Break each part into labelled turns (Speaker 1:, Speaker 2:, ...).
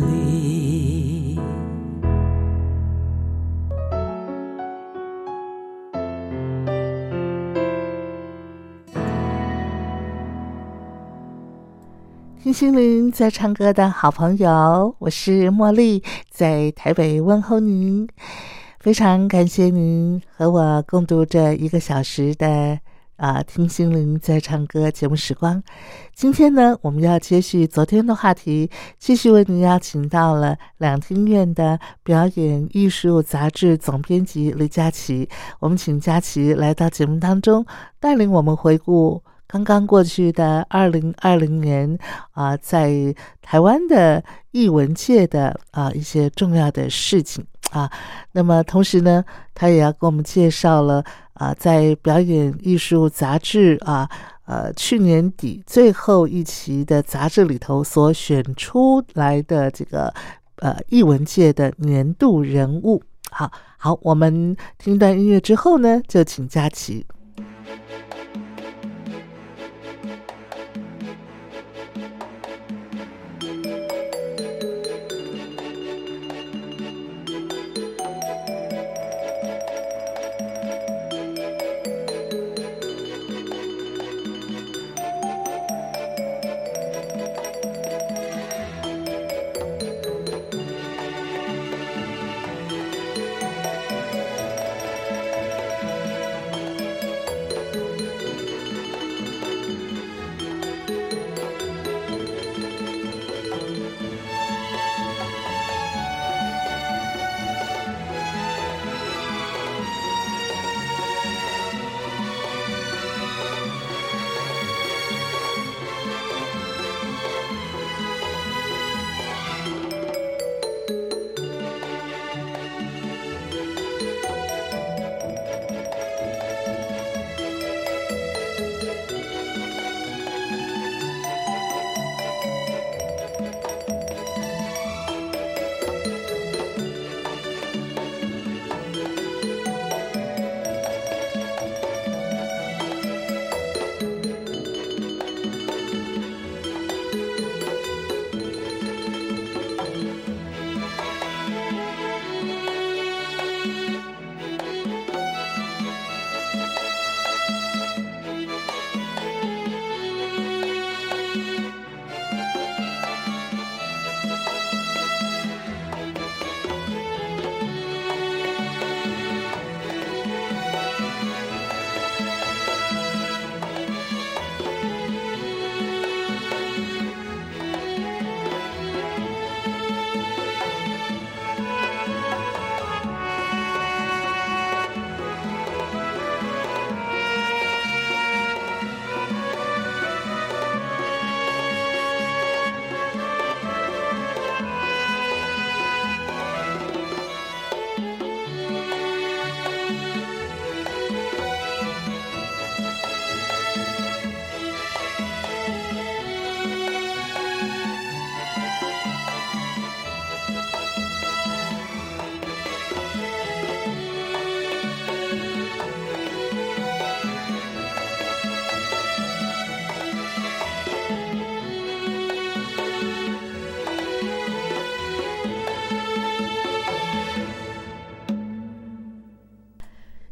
Speaker 1: 离。
Speaker 2: 听心灵在唱歌的好朋友，我是茉莉，在台北问候您。非常感谢您和我共度这一个小时的啊、听心灵在唱歌节目时光。今天呢，我们要接续昨天的话题，继续为您邀请到了两厅院的表演艺术杂志总编辑李佳琪。我们请佳琪来到节目当中，带领我们回顾刚刚过去的二零二零年啊、在台湾的艺文界的啊、一些重要的事情啊。那么同时呢，他也要给我们介绍了啊，在表演艺术杂志啊。呃，去年底最后一期的杂志里头所选出来的这个呃艺文界的年度人物，好好，我们听一段音乐之后呢，就请佳琪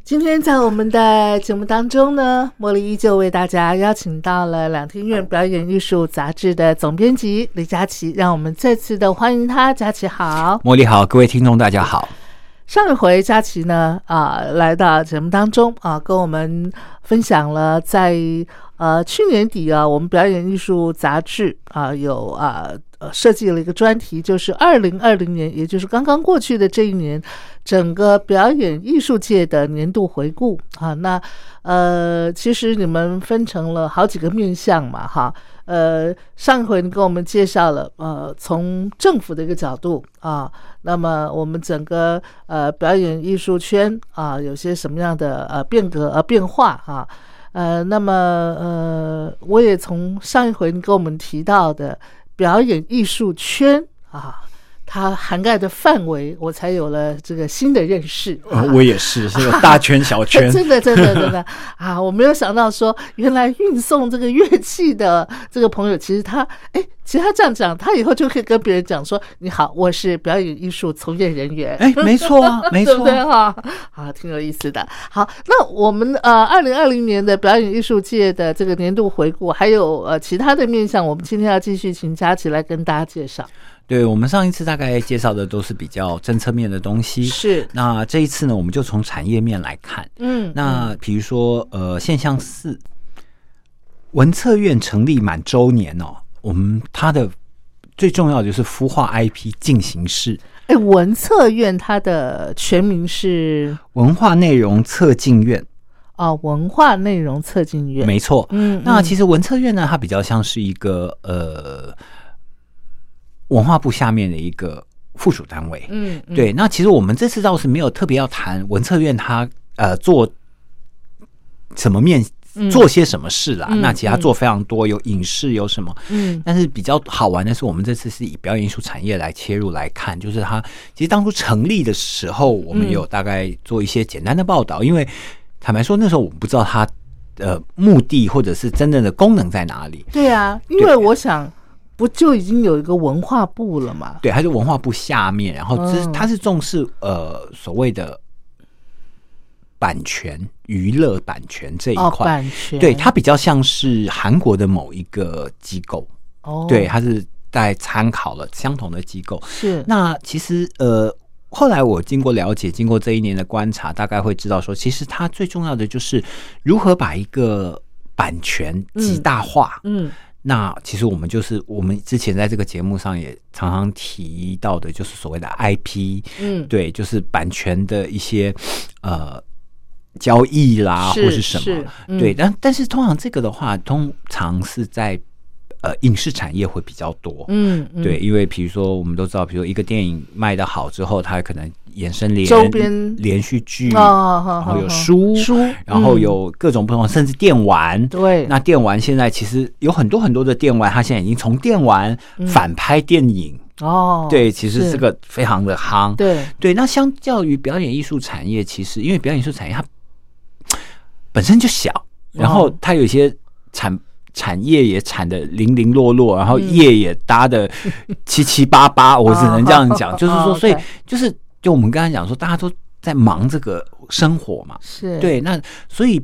Speaker 2: 今天在我们的节目当中呢，茉莉依旧为大家邀请到了两厅院表演艺术杂志的总编辑李佳琪，让我们再次的欢迎他。佳琪好，
Speaker 3: 茉莉好，各位听众大家好。
Speaker 2: 上一回佳琪呢啊来到节目当中啊，跟我们分享了在呃去年底啊，我们表演艺术杂志啊有啊呃设计了一个专题，就是二零二零年，也就是刚刚过去的这一年，整个表演艺术界的年度回顾啊。那呃，其实你们分成了好几个面向嘛，哈。呃，上一回你给我们介绍了，呃，从政府的一个角度啊，那么我们整个呃表演艺术圈啊，有些什么样的呃变革呃变化啊？呃，那么呃，我也从上一回你给我们提到的表演艺术圈啊，它涵盖的范围，我才有了这个新的认识。啊
Speaker 3: 呃我也是，是有大圈小圈，
Speaker 2: 真的，真的，真的啊！我没有想到说，原来运送这个乐器的这个朋友，其实他，哎，其实他这样讲，他以后就可以跟别人讲说：“你好，我是表演艺术从业人员。”
Speaker 3: 哎，没错啊，没
Speaker 2: 对不
Speaker 3: 错
Speaker 2: 对
Speaker 3: 啊，
Speaker 2: 哈、啊，挺有意思的。好，那我们呃，二零二零年的表演艺术界的这个年度回顾，还有呃其他的面向，我们今天要继续请佳琪来跟大家介绍。
Speaker 3: 对我们上一次大概介绍的都是比较政策面的东西，
Speaker 2: 是，
Speaker 3: 那这一次呢，我们就从产业面来看。
Speaker 2: 嗯，
Speaker 3: 那比如说，呃，现象四，文策院成立满周年哦，我们它的最重要的就是孵化 IP 进行式，
Speaker 2: 哎，文策院它的全名是
Speaker 3: 文化内容策进院，
Speaker 2: 啊、文化内容策进院。
Speaker 3: 没错。
Speaker 2: 嗯，
Speaker 3: 那
Speaker 2: 嗯
Speaker 3: 其实文策院呢，它比较像是一个呃文化部下面的一个附属单位。
Speaker 2: 嗯，嗯，
Speaker 3: 对，那其实我们这次倒是没有特别要谈文策院它呃做什么面
Speaker 2: 嗯
Speaker 3: 做些什么事啦。
Speaker 2: 嗯
Speaker 3: 那其实它
Speaker 2: 嗯
Speaker 3: 做非常多，有影视，有什么。
Speaker 2: 嗯
Speaker 3: 但是比较好玩的是，我们这次是以表演艺术产业来切入来看，就是它其实当初成立的时候，我们
Speaker 2: 嗯
Speaker 3: 有大概做一些简单的报道，因为坦白说那时候我们不知道它呃目的或者是真正的功能在哪里。
Speaker 2: 对啊，因为我想，不就已经有一个文化部了嘛？
Speaker 3: 对，它就文化部下面，然后这是
Speaker 2: 嗯
Speaker 3: 它是重视呃所谓的版权、娱乐版权这一
Speaker 2: 哦，
Speaker 3: 块。
Speaker 2: 版权，
Speaker 3: 对，它比较像是韩国的某一个机构，
Speaker 2: 哦，
Speaker 3: 对，它是在参考了相同的机构。
Speaker 2: 是，
Speaker 3: 那其实呃，后来我经过了解，经过这一年的观察，大概会知道说，其实它最重要的就是如何把一个版权极大化。
Speaker 2: 嗯
Speaker 3: 那其实我们就是我们之前在这个节目上也常常提到的，就是所谓的 IP，
Speaker 2: 嗯，
Speaker 3: 对，就是版权的一些呃交易啦，
Speaker 2: 是
Speaker 3: 或是什么
Speaker 2: 是，嗯
Speaker 3: 对。但但是通常这个的话，通常是在呃影视产业会比较多，
Speaker 2: 嗯，嗯
Speaker 3: 对，，因为比如说我们都知道，比如说一个电影卖的好之后，它可能衍生连
Speaker 2: 周边
Speaker 3: 连续剧，
Speaker 2: 哦，好
Speaker 3: 然
Speaker 2: 好
Speaker 3: 后有
Speaker 2: 好
Speaker 3: 书，
Speaker 2: 书，
Speaker 3: 然后
Speaker 2: 嗯
Speaker 3: 有各种不同，甚至电玩。
Speaker 2: 对，
Speaker 3: 那电玩现在其实有很多很多的电玩，它现在已经从电玩反拍电影，
Speaker 2: 嗯哦，
Speaker 3: 对，其
Speaker 2: 是
Speaker 3: 实这个非常的夯。
Speaker 2: 对，
Speaker 3: 对，那相较于表演艺术产业，其实因为表演艺术产业它本身就小，然后
Speaker 2: 哦
Speaker 3: 它有一些产产业也产的零零落落，然后
Speaker 2: 嗯
Speaker 3: 业也搭的七七八八，我只能这样讲，就是
Speaker 2: 哦
Speaker 3: 说，所以
Speaker 2: 对
Speaker 3: 就是就我们刚才讲说，大家都在忙这个生活嘛，
Speaker 2: 是，，
Speaker 3: 对，那所以。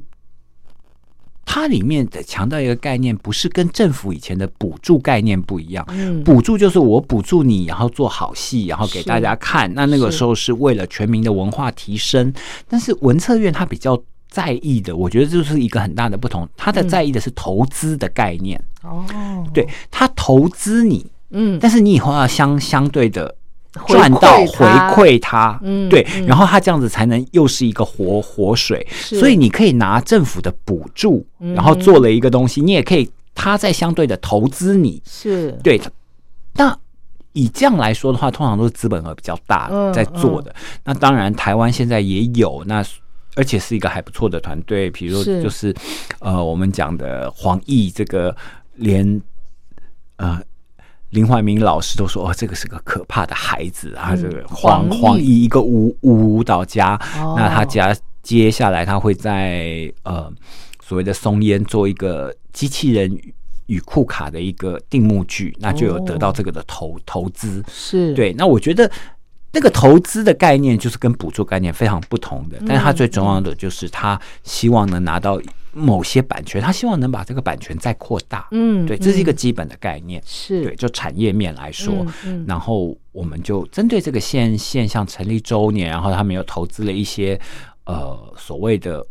Speaker 3: 它里面的强调一个概念，不是跟政府以前的补助概念不一样，
Speaker 2: 嗯，
Speaker 3: 补助就是我补助你，然后做好戏，然后给
Speaker 2: 是
Speaker 3: 大家看。那那个
Speaker 2: 是
Speaker 3: 时候是为了全民的文化提升，但是文策院它比较在意的，我觉得就是一个很大的不同，它的在意的是投资的概念，
Speaker 2: 哦，
Speaker 3: 对，它投资你，
Speaker 2: 嗯，
Speaker 3: 但是你以后要相相对的。
Speaker 2: 回
Speaker 3: 赚到
Speaker 2: 馈
Speaker 3: 回
Speaker 2: 它
Speaker 3: 馈它，
Speaker 2: 嗯
Speaker 3: 对，
Speaker 2: 嗯
Speaker 3: 然后它这样子才能又是一个活活水，
Speaker 2: 是
Speaker 3: 所以你可以拿政府的补助，
Speaker 2: 嗯
Speaker 3: 然后做了一个东西，你也可以，它在相对的投资你，
Speaker 2: 是，
Speaker 3: 对，那以这样来说的话，通常都是资本额比较大
Speaker 2: 嗯
Speaker 3: 在做的。那当然，台湾现在也有那。而且是一个还不错的团队，比如
Speaker 2: 是
Speaker 3: 说就是，呃，我们讲的黄奕这个，连呃林怀民老师都说，哦，这个是个可怕的孩子啊，
Speaker 2: 嗯
Speaker 3: 这个
Speaker 2: 黄
Speaker 3: 黄
Speaker 2: 奕
Speaker 3: 黄奕一个舞舞舞蹈家，
Speaker 2: 哦
Speaker 3: 那他接接下来他会在呃所谓的松烟做一个机器人与库卡的一个定目剧，那就有得到这个的投投资。
Speaker 2: 哦是，，
Speaker 3: 对，那我觉得那个投资的概
Speaker 2: 嗯
Speaker 3: 念就是跟补助概念非常不同的，但是它最重要的就是他希望能拿到某些版权，他希望能把这个版权再扩大。
Speaker 2: 嗯
Speaker 3: 对，这是一个
Speaker 2: 嗯
Speaker 3: 基本的概念。
Speaker 2: 是
Speaker 3: 对，就产业面来说，
Speaker 2: 嗯嗯
Speaker 3: 然后我们就针对这个现现象成立周年，然后他们又投资了一些呃所谓的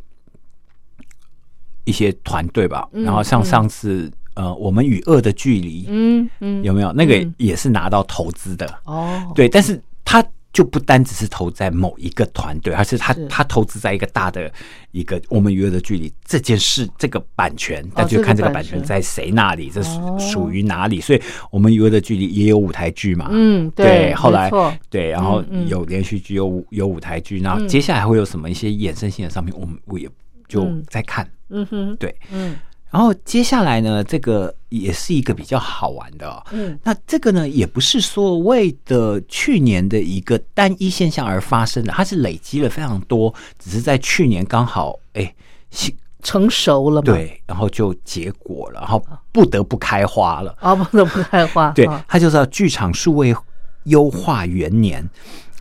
Speaker 3: 一些团队吧，
Speaker 2: 嗯
Speaker 3: 然后像上次、呃我们与恶的距离、
Speaker 2: 嗯嗯
Speaker 3: 有没有那个
Speaker 2: 嗯
Speaker 3: 也是拿到投资的，
Speaker 2: 哦，
Speaker 3: 对，但是他就不单只是投在某一个团队，而是他
Speaker 2: 是
Speaker 3: 他投资在一个大的一个我们约的距离这件事这个版权，但就看
Speaker 2: 哦这
Speaker 3: 这
Speaker 2: 个版
Speaker 3: 个版
Speaker 2: 权
Speaker 3: 权在谁那里，这是
Speaker 2: 哦
Speaker 3: 属于哪里，所以我们约的距离也有舞台剧嘛，
Speaker 2: 嗯对，
Speaker 3: 对，后来
Speaker 2: 没错
Speaker 3: 对，然后
Speaker 2: 嗯嗯嗯
Speaker 3: 有连续剧，有舞有舞台剧，然后接下来会有什么一些衍生性的商品，我们我也就
Speaker 2: 嗯
Speaker 3: 在看。
Speaker 2: 嗯哼
Speaker 3: 对，
Speaker 2: 嗯
Speaker 3: 然后接下来呢，这个也是一个比较好玩的哦、
Speaker 2: 嗯
Speaker 3: 那这个呢，也不是所谓的去年的一个单一现象而发生的，它是累积了非常多，只是在去年刚好哎，新
Speaker 2: 成熟了嘛，
Speaker 3: 对，然后就结果了，然后不得不开花了。
Speaker 2: 啊不能不开花，
Speaker 3: 对
Speaker 2: 啊，
Speaker 3: 它就是要剧场数位优化元年，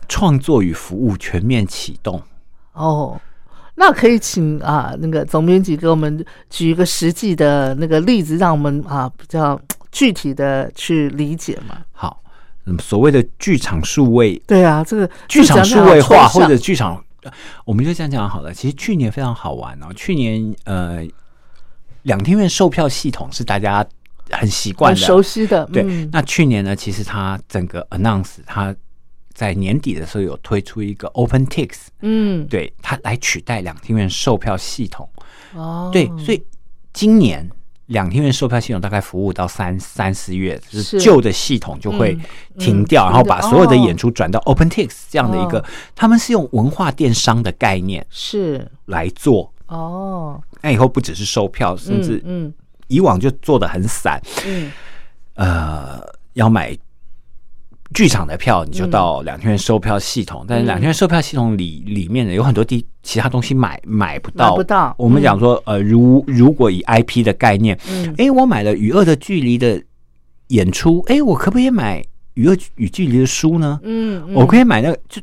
Speaker 3: 创作与服务全面启动。
Speaker 2: 哦。那可以请啊，那个总编辑给我们举一个实际的那个例子，让我们啊比较具体的去理解嘛。
Speaker 3: 好，嗯，所谓的剧场数位、
Speaker 2: 对啊，这个
Speaker 3: 剧场数位化或者
Speaker 2: 者
Speaker 3: 剧场，呃我们就这样讲好了。其实去年非常好玩哦，去年呃，两厅院售票系统是大家很习惯
Speaker 2: 很
Speaker 3: 的，
Speaker 2: 熟悉的，
Speaker 3: 对，
Speaker 2: 嗯
Speaker 3: 那去年呢，其实它整个 announce 它在年底的时候有推出一个 OpenTix，
Speaker 2: 嗯，
Speaker 3: 对它来取代两厅院售票系统。
Speaker 2: 哦，
Speaker 3: 对，所以今年两厅院售票系统大概服务到三三四月，就是是旧的系统就会停掉，
Speaker 2: 嗯嗯
Speaker 3: 然后把
Speaker 2: 停掉
Speaker 3: 所有的
Speaker 2: 哦
Speaker 3: 演出转到 OpenTix 这样的一个，
Speaker 2: 哦
Speaker 3: 他们是用文化电商的概念
Speaker 2: 是
Speaker 3: 来做。
Speaker 2: 哦，
Speaker 3: 那以后不只是售票，甚至
Speaker 2: 嗯
Speaker 3: 以往就做的很散，
Speaker 2: 嗯
Speaker 3: 呃，要买剧场的票，你就到
Speaker 2: 嗯
Speaker 3: 两天售票系统。但是两天售票系统里里面的有很多地其他东西买买不到。
Speaker 2: 买不到
Speaker 3: 我们讲说，呃，如如果以 IP 的概念，
Speaker 2: 嗯
Speaker 3: 诶，我买了《与恶的距离》的演出，诶，我可不可以买《与恶与距离》的书呢？
Speaker 2: 嗯嗯，
Speaker 3: 我可以买那个，就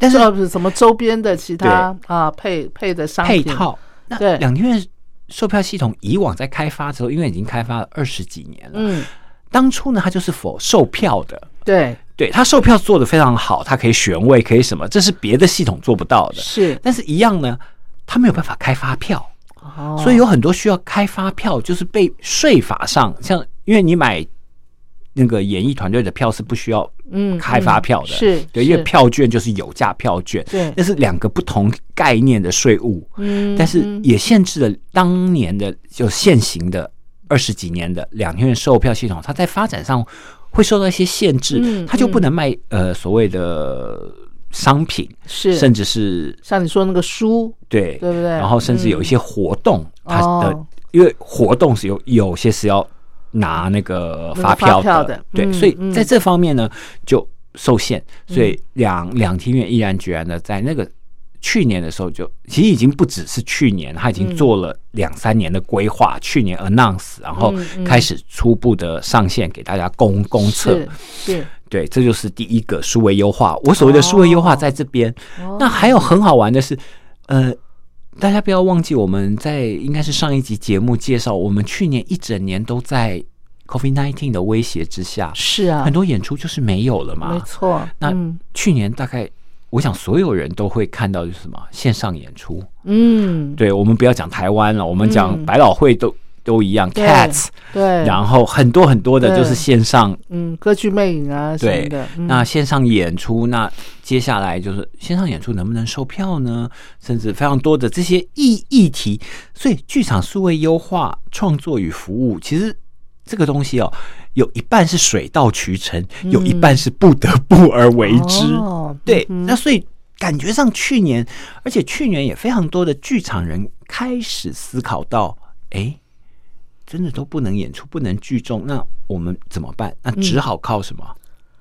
Speaker 3: 但是
Speaker 2: 这不是呃什么周边的其他啊配配的商
Speaker 3: 配
Speaker 2: 品
Speaker 3: 套。那
Speaker 2: 对
Speaker 3: 两天院售票系统以往在开发的时候，因为已经开发了二十几年了，
Speaker 2: 嗯，
Speaker 3: 当初呢，它就是否售票的。
Speaker 2: 对，
Speaker 3: 对它售票做的非常好，它可以选位，可以什么，这是别的系统做不到的。
Speaker 2: 是，
Speaker 3: 但是一样呢，它没有办法开发票，
Speaker 2: 哦
Speaker 3: 所以有很多需要开发票，就是被税法上，像因为你买那个演艺团队的票是不需要
Speaker 2: 嗯
Speaker 3: 开发票的，
Speaker 2: 嗯是
Speaker 3: 对，因为
Speaker 2: 是
Speaker 3: 票券就是有价票券，
Speaker 2: 对
Speaker 3: 那是两个不同概念的税务，
Speaker 2: 嗯，
Speaker 3: 但是
Speaker 2: 嗯
Speaker 3: 也限制了当年的就现行的二十几年的两天院售票系统，它在发展上会受到一些限制，
Speaker 2: 嗯
Speaker 3: 它就不能卖、呃所谓的商品，
Speaker 2: 是
Speaker 3: 甚至是
Speaker 2: 像你说那个书，
Speaker 3: 对
Speaker 2: 对不对
Speaker 3: 然后甚至有一些活动，它的、
Speaker 2: 哦
Speaker 3: 因为活动是有有些是要拿那个发票
Speaker 2: 发票的
Speaker 3: 对、
Speaker 2: 嗯
Speaker 3: 所以
Speaker 2: 嗯
Speaker 3: 在这方面呢就受限，所以两
Speaker 2: 嗯
Speaker 3: 两厅院毅然决然的在那个。去年的时候就其实已经不只是去年，他已经做了两三年的规划。去年 announce，然后
Speaker 2: 嗯嗯
Speaker 3: 开始初步的上线给大家公公测。
Speaker 2: 是是
Speaker 3: 对，这就是第一个数位优化。我所谓的数位优化在这边，
Speaker 2: 哦
Speaker 3: 那还有很好玩的是，呃，大家不要忘记，我们在应该是上一集节目介绍，我们去年一整年都在 COVID nineteen 的威胁之下，
Speaker 2: 是啊，
Speaker 3: 很多演出就是没有了
Speaker 2: 没
Speaker 3: 嘛。
Speaker 2: 错，
Speaker 3: 那
Speaker 2: 嗯
Speaker 3: 去年大概，我想所有人都会看到就是什么线上演出，
Speaker 2: 嗯
Speaker 3: 对我们不要讲台湾了，我们讲
Speaker 2: 嗯
Speaker 3: 百老汇都都一样
Speaker 2: 对
Speaker 3: ，Cats，
Speaker 2: 对，
Speaker 3: 然后很多很多的
Speaker 2: 对
Speaker 3: 就是线上
Speaker 2: 嗯歌剧魅影啊什么
Speaker 3: 对
Speaker 2: 的，，嗯
Speaker 3: 那线上演出，那接下来就是线上演出能不能售票呢？甚至非常多的这些议议题，所以剧场数位优化、创作与服务，其实这个东西哦，有一半是水到渠成，有一半是不得不而为之。
Speaker 2: 嗯哦
Speaker 3: 对，
Speaker 2: 嗯哼
Speaker 3: 那所以感觉上去年，而且去年也非常多的剧场人开始思考到，哎，真的都不能演出，不能聚众，那我们怎么办？
Speaker 2: 嗯
Speaker 3: 那只好靠什么？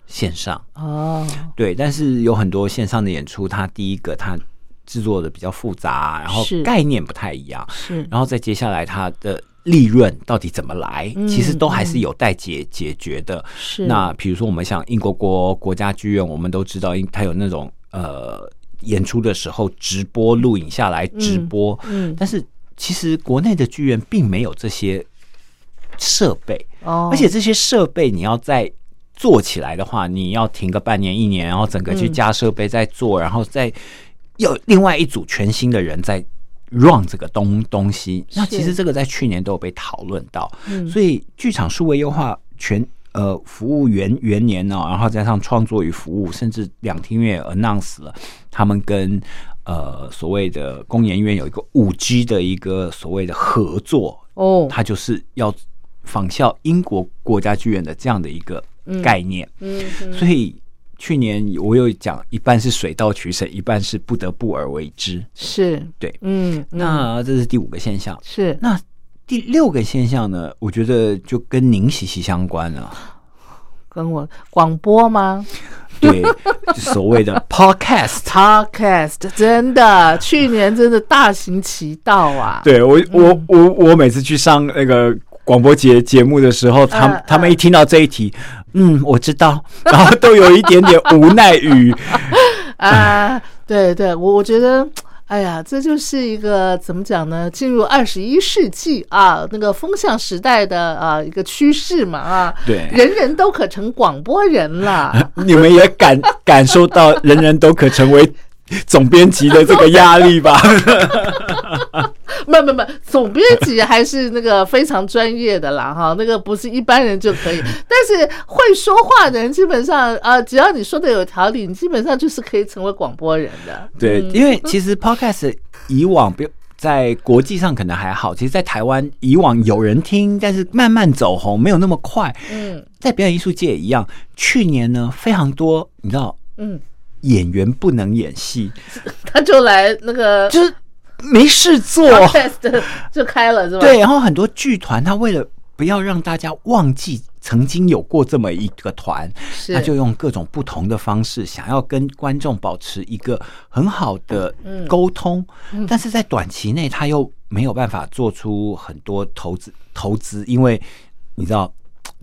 Speaker 3: 线上。
Speaker 2: 哦
Speaker 3: 对，但是有很多线上的演出，它第一个它制作的比较复杂，然后
Speaker 2: 是
Speaker 3: 概念不太一样，
Speaker 2: 是
Speaker 3: 然后再接下来它的利润到底怎么来，
Speaker 2: 嗯
Speaker 3: 其实都还是有待解解决的。
Speaker 2: 是
Speaker 3: 那比如说，我们像英国国国家剧院，我们都知道，因它有那种呃演出的时候直播录影下来直播，
Speaker 2: 嗯
Speaker 3: 但是其实国内的剧院并没有这些设备，
Speaker 2: 哦，
Speaker 3: 而且这些设备你要在做起来的话，你要停个半年一年，然后整个去加设备再做，然后再有另外一组全新的人在 run 这个东东西。那其实这个在去年都有被讨论到，
Speaker 2: 嗯
Speaker 3: 所以剧场数位优化全。呃，服务元元年呢、然后加上创作与服务，甚至两厅院也 announce 了，他们跟呃所谓的工研院有一个五 G 的一个所谓的合作，
Speaker 2: 哦，
Speaker 3: 它就是要仿效英国国家剧院的这样的一个概念。
Speaker 2: 嗯哼
Speaker 3: 所以去年我有讲，一半是水到渠成，一半是不得不而为之。
Speaker 2: 是
Speaker 3: 对
Speaker 2: 嗯，嗯
Speaker 3: 那这是第五个现象。
Speaker 2: 是
Speaker 3: 那第六个现象呢？我觉得就跟您息息相关 了。
Speaker 2: 跟我广播吗
Speaker 3: 对，所谓的 podcast。
Speaker 2: ？Podcast 真的，去年真的大行其道啊！，
Speaker 3: 对我，我，我，我每次去上那个广播节节目的时候，他们
Speaker 2: 嗯
Speaker 3: 他们一听到这一题，嗯，我知道，然后都有一点点无奈与
Speaker 2: 啊，对对，我我觉得。哎呀，这就是一个怎么讲呢？进入二十一世纪啊，那个风向时代的啊一个趋势嘛啊，
Speaker 3: 对
Speaker 2: 人人都可成广播人了。
Speaker 3: 你们也感感受到人人都可成为总编辑的这个压力吧？
Speaker 2: 不不不，总编辑还是那个非常专业的啦哈，那个不是一般人就可 以。但是会说话的人，基本上啊、呃只要你说的有条理，你基本上就是可以成为广播人的。
Speaker 3: 对，因为其实 podcast 以往不在国际上可能还好，其实，在台湾以往有人听，但是慢慢走红，没有那么快。
Speaker 2: 嗯
Speaker 3: 在表演艺术界也一样，去年呢非常多，你知道
Speaker 2: 嗯，
Speaker 3: 演员不能演戏，
Speaker 2: 他就来那个
Speaker 3: 就是没事做。
Speaker 2: podcast 就开了是吧？
Speaker 3: 对，，然后很多剧团他为了不要让大家忘记曾经有过这么一个团，
Speaker 2: 是
Speaker 3: 他就用各种不同的方式，想要跟观众保持一个很好的
Speaker 2: 嗯
Speaker 3: 沟通，但是在短期内他又没有办法做出很多投资投资，因为你知道。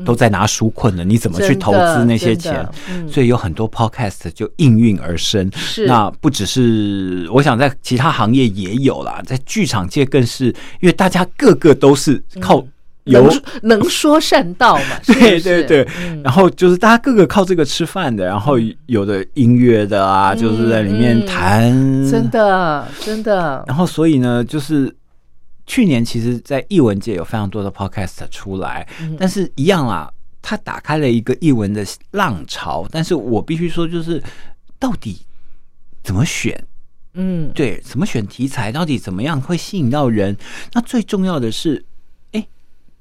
Speaker 3: 都在拿书困了，你怎么去投资那些
Speaker 2: 嗯真的
Speaker 3: 钱
Speaker 2: 真的？嗯
Speaker 3: 所以有很多 podcast 就应运而生。
Speaker 2: 是
Speaker 3: 那不只是我想在其他行业也有啦，在剧场界更是，因为大家个个都是靠
Speaker 2: 嗯
Speaker 3: 由、
Speaker 2: 能能说善道 嘛？是不
Speaker 3: 对
Speaker 2: 是
Speaker 3: 对对，
Speaker 2: 嗯
Speaker 3: 然后就是大家各个靠这个吃饭的，然后有的音乐的啊，就是在里面弹，
Speaker 2: 嗯真。的真的，
Speaker 3: 然后所以呢，就是去年其实，在译文界有非常多的 podcast 出来，
Speaker 2: 嗯
Speaker 3: 但是一样啦，它打开了一个译文的浪潮。但是我必须说，就是到底怎么选？
Speaker 2: 嗯，
Speaker 3: 对，怎么选题材，到底怎么样会吸引到人？那最重要的是，哎，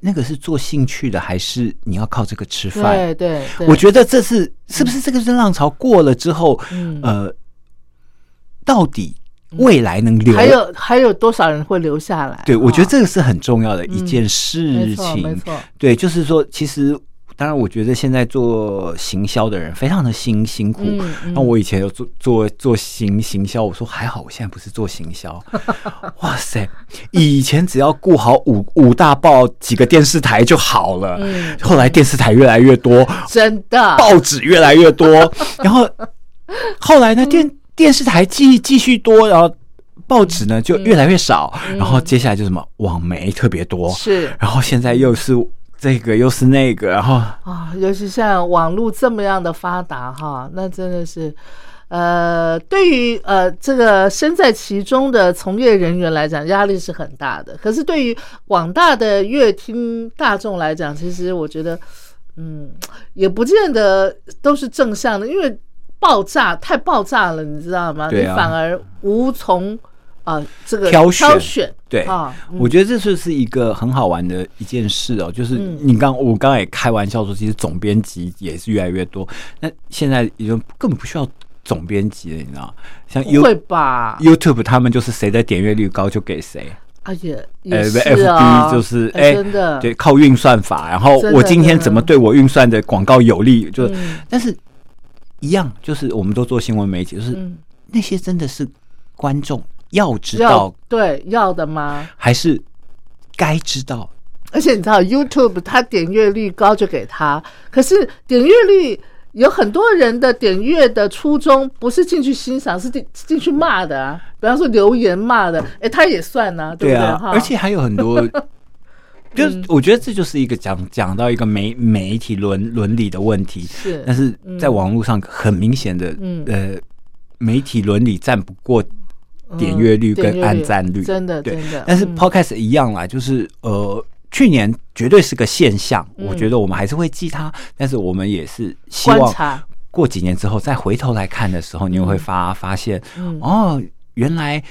Speaker 3: 那个是做兴趣的，还是你要靠这个吃饭？
Speaker 2: 对对对，
Speaker 3: 我觉得这次是不是这个是浪潮过了之后，
Speaker 2: 嗯
Speaker 3: 呃，到底未来能留？
Speaker 2: 还有还有多少人会留下来？
Speaker 3: 对，我觉得
Speaker 2: 啊
Speaker 3: 这个是很重要的一件事
Speaker 2: 没错没
Speaker 3: 情。
Speaker 2: 错，
Speaker 3: 对，就是说，其实当然，我觉得现在做行销的人非常的辛辛苦。
Speaker 2: 嗯嗯
Speaker 3: 那我以前有做做做行行销，我说还好，我现在不是做行销。 哇塞，以前只要顾好五五大报几个电视台就好了。
Speaker 2: 嗯
Speaker 3: 后来电视台越来越多，
Speaker 2: 真的
Speaker 3: 报纸越来 越多，然后后来呢，电
Speaker 2: 嗯
Speaker 3: 电视台继继续多，然后报纸呢
Speaker 2: 嗯
Speaker 3: 就越来越少，然后接下来就什么网媒特别多，
Speaker 2: 是
Speaker 3: 然后现在又是这个又是那个，然后
Speaker 2: 啊，尤其像网络这么样的发达哈，那真的是，呃，对于呃这个身在其中的从业人员来讲，压力是很大的。可是对于广大的乐听大众来讲，其实我觉得，嗯，也不见得都是正向的，因为爆炸太爆炸了，你知道吗？
Speaker 3: 对
Speaker 2: 你
Speaker 3: 啊
Speaker 2: 反而无从啊、这个
Speaker 3: 挑选
Speaker 2: 挑选
Speaker 3: 对
Speaker 2: 啊，嗯
Speaker 3: 我觉得这就是一个很好玩的一件事哦，就是
Speaker 2: 嗯
Speaker 3: 你刚我刚刚也开玩笑说，其实总编辑也是越来越多，那现在也就根本不需要总编辑了，你知道吗，像
Speaker 2: 不
Speaker 3: You
Speaker 2: 会吧？
Speaker 3: YouTube 他们就是谁的点阅率高就给谁。
Speaker 2: 啊，也也
Speaker 3: 呃
Speaker 2: 是啊，
Speaker 3: ，FB 就是哎，
Speaker 2: 真的
Speaker 3: 对，靠运算法。然后
Speaker 2: 真的
Speaker 3: 我今天怎么
Speaker 2: 真的
Speaker 3: 对我运算的广告有利，就是，
Speaker 2: 嗯
Speaker 3: 但是一样，就是我们都做新闻媒体，就是
Speaker 2: 嗯，
Speaker 3: 那些真的是观众要知
Speaker 2: 要
Speaker 3: 道
Speaker 2: 对要的吗？
Speaker 3: 还是该知道，
Speaker 2: 而且你知道 YouTube 它点阅率高就给他，可是点阅率有很多人的点阅的初衷不是进去欣赏，是进进去骂的啊。比方说留言骂的，哎，他也算呐、对不对？
Speaker 3: 啊
Speaker 2: 哈，嗯
Speaker 3: 而且还有很多， 就是我觉得这就是一个讲讲到一个媒媒体伦伦理的问题，
Speaker 2: 是
Speaker 3: 但是在网络上很明显的，
Speaker 2: 嗯
Speaker 3: 呃，媒体伦理战不过点阅率
Speaker 2: 嗯点
Speaker 3: 跟
Speaker 2: 阅
Speaker 3: 按赞率，
Speaker 2: 真的
Speaker 3: 对
Speaker 2: 真的，
Speaker 3: 但是
Speaker 2: 嗯
Speaker 3: podcast 一样啦，就是呃，去年绝对是个现象，
Speaker 2: 嗯
Speaker 3: 我觉得我们还是会记它，但是我们也是希
Speaker 2: 观
Speaker 3: 望
Speaker 2: 察，
Speaker 3: 过几年之后再回头来看的时候，你又会
Speaker 2: 嗯
Speaker 3: 发发现，哦，原来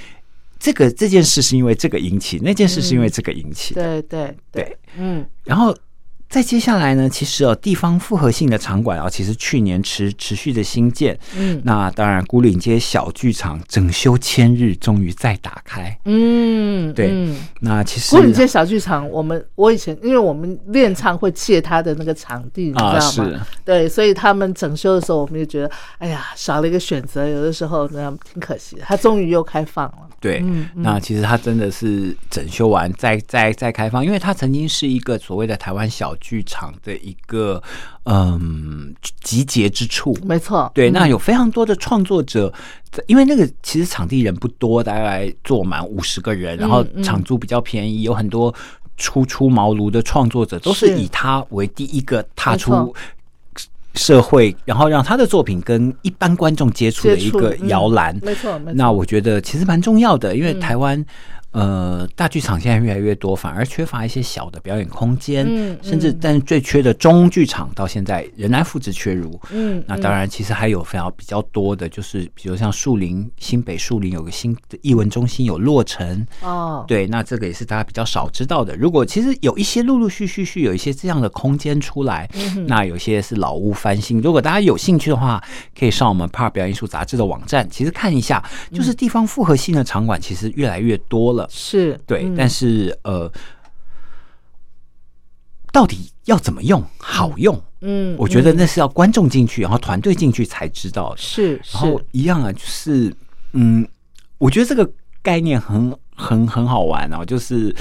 Speaker 3: 这个这件事是因为这个引起，那件事是因为这个引起，
Speaker 2: 对对嗯对
Speaker 3: 对，
Speaker 2: 嗯
Speaker 3: 然后再接下来呢，其实哦，地方复合性的场馆啊，其实去年持持续的新建，
Speaker 2: 嗯
Speaker 3: 那当然孤岭街小剧场整修千日，终于再打开。
Speaker 2: 嗯，
Speaker 3: 对
Speaker 2: 嗯
Speaker 3: 那其实
Speaker 2: 不过你这小剧场，我们我以前因为我们练唱会借他的那个场地，你知道吗？
Speaker 3: 啊是
Speaker 2: 对，所以他们整修的时候，我们就觉得，哎呀，少了一个选择，有的时候那样挺可惜的。他终于又开放了，
Speaker 3: 对，
Speaker 2: 嗯
Speaker 3: 那其实它真的是整修完再再再开放，因为它曾经是一个所谓的台湾小剧场的一个嗯集结之处。
Speaker 2: 没错，
Speaker 3: 对，那有非常多的创作者，因为那个其实场地人不多，大概坐满五十个
Speaker 2: 嗯
Speaker 3: 人，然后场租比较便宜，有很多初出茅庐的创作者都是
Speaker 2: 是
Speaker 3: 以他为第一个踏
Speaker 2: 没错
Speaker 3: 出社会，然后让他的作品跟一般观众接触的
Speaker 2: 接
Speaker 3: 一
Speaker 2: 触
Speaker 3: 个
Speaker 2: 嗯
Speaker 3: 摇篮。
Speaker 2: 没错，嗯没错。
Speaker 3: 那我觉得其实蛮重要的，因为台湾、呃大剧场现在越来越多，反而缺乏一些小的表演空间，
Speaker 2: 嗯
Speaker 3: 甚至但是最缺的中剧场到现在仍然付之阙如。
Speaker 2: 嗯
Speaker 3: 那当然，其实还有非常比较多的，就是比如像树林新北树林有个新的艺文中心有落成，
Speaker 2: 哦，
Speaker 3: 对，那这个也是大家比较少知道的。如果其实有一些陆陆续续续有一些这样的空间出来，
Speaker 2: 嗯
Speaker 3: 那有些是老屋翻新。如果大家有兴趣的话，可以上我们《帕尔表演艺术杂志》的网站，其实看一下，就是
Speaker 2: 嗯
Speaker 3: 地方复合性的场馆其实越来越多了。
Speaker 2: 是，
Speaker 3: 对，
Speaker 2: 嗯
Speaker 3: 但是呃，到底要怎么用好用？
Speaker 2: 嗯，
Speaker 3: 我觉得那是要观众进去，然后团队进去才知道的。
Speaker 2: 是
Speaker 3: 然后
Speaker 2: 是，
Speaker 3: 一样啊，就是嗯，我觉得这个概念很很很好玩哦，就是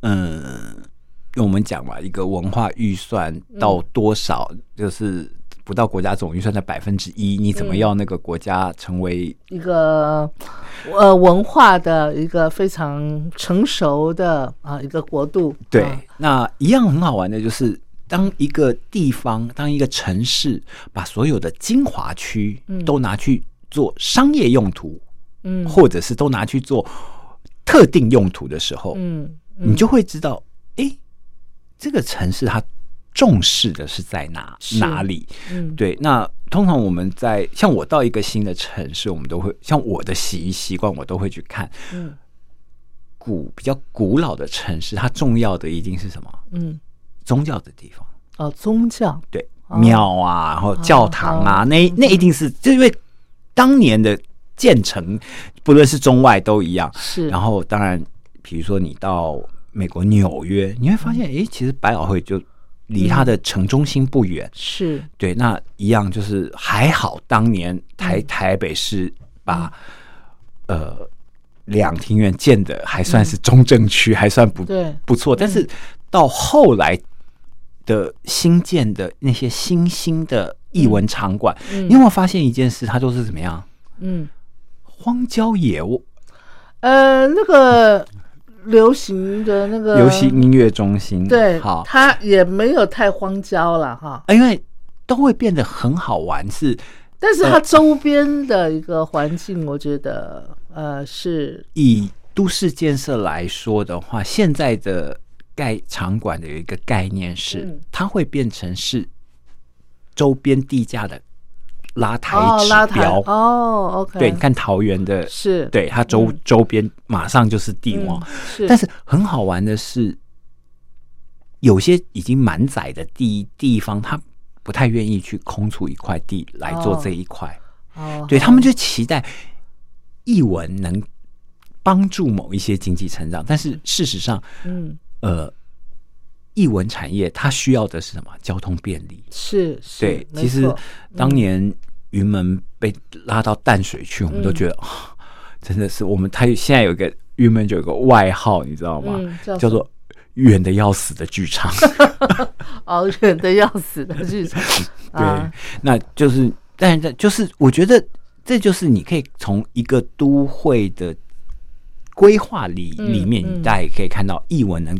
Speaker 3: 嗯，我们讲嘛，一个文化预算到多少，就是不到国家总预算的百分之一，你怎么要那个国家成为
Speaker 2: 一个呃文化的一个非常成熟的啊一个国度，
Speaker 3: 对
Speaker 2: 啊，
Speaker 3: 那一样很好玩的就是，当一个地方、当一个城市把所有的精华区都拿去做商业用途，
Speaker 2: 嗯
Speaker 3: 或者是都拿去做特定用途的时候，
Speaker 2: 嗯
Speaker 3: 你就会知道，诶，这个城市它重视的是在哪
Speaker 2: 是
Speaker 3: 哪里？
Speaker 2: 嗯
Speaker 3: 对，那通常我们在像我到一个新的城市，我们都会像我的洗衣习惯，我都会去看
Speaker 2: 嗯
Speaker 3: 古比较古老的城市，它重要的一定是什么？
Speaker 2: 嗯
Speaker 3: 宗教的地方，
Speaker 2: 哦宗教
Speaker 3: 对，庙啊，然后
Speaker 2: 哦
Speaker 3: 教堂啊，那那
Speaker 2: 嗯
Speaker 3: 一定是，就因为当年的建成，不论是中外都一样。
Speaker 2: 是，
Speaker 3: 然后，当然，比如说你到美国纽约，你会发现，诶，其实百老汇就离它的城中心不远。
Speaker 2: 嗯是
Speaker 3: 对，那一样就是还好，当年
Speaker 2: 嗯
Speaker 3: 台台北市把、呃两厅院建的还算是中正区，还算不
Speaker 2: 对嗯
Speaker 3: 不错，但是到后来的新建的那些新兴的艺文场馆，你有没有发现一件事？它都是怎么样？
Speaker 2: 嗯。
Speaker 3: 荒郊野外
Speaker 2: 呃，那个流行的那个
Speaker 3: 流行音乐中心，
Speaker 2: 对，
Speaker 3: 好，
Speaker 2: 它也没有太荒郊了哈，
Speaker 3: 因为都会变得很好玩，是
Speaker 2: 但是它周边的一个环境，我觉得呃是
Speaker 3: 以都市建设来说的话，现在的盖场馆的有一个概念是，
Speaker 2: 嗯
Speaker 3: 它会变成是周边地价的拉抬
Speaker 2: 哦拉
Speaker 3: 指
Speaker 2: 抬
Speaker 3: 标。
Speaker 2: 哦，OK，
Speaker 3: 对，你看桃园的，
Speaker 2: 是，
Speaker 3: 对它周、周边马上就是帝
Speaker 2: 嗯，
Speaker 3: 王。
Speaker 2: 是，
Speaker 3: 但
Speaker 2: 是
Speaker 3: 是很好玩的是，有些已经满载的地地方，他不太愿意去空出一块地来做
Speaker 2: 哦
Speaker 3: 这一块。
Speaker 2: 哦，
Speaker 3: 对他们就期待译文能帮助某一些经济成长，但是事实上，
Speaker 2: 嗯，
Speaker 3: 呃，译文产业它需要的是什么？交通便利。
Speaker 2: 是，是
Speaker 3: 对，嗯
Speaker 2: 没
Speaker 3: 其实
Speaker 2: 错
Speaker 3: 当年云门被拉到淡水去，我们都觉得、啊真的是我们，他现在有一个云门就有个外号，你知道吗？
Speaker 2: 嗯叫
Speaker 3: 叫
Speaker 2: 什么
Speaker 3: 做远的要死的剧场。
Speaker 2: 熬人哦的要死的日常
Speaker 3: 对，
Speaker 2: 啊，
Speaker 3: 那就是，但是就是，我觉得这就是你可以从一个都会的规划里
Speaker 2: 嗯
Speaker 3: 里面，
Speaker 2: 嗯
Speaker 3: 你大家也可以看到译文能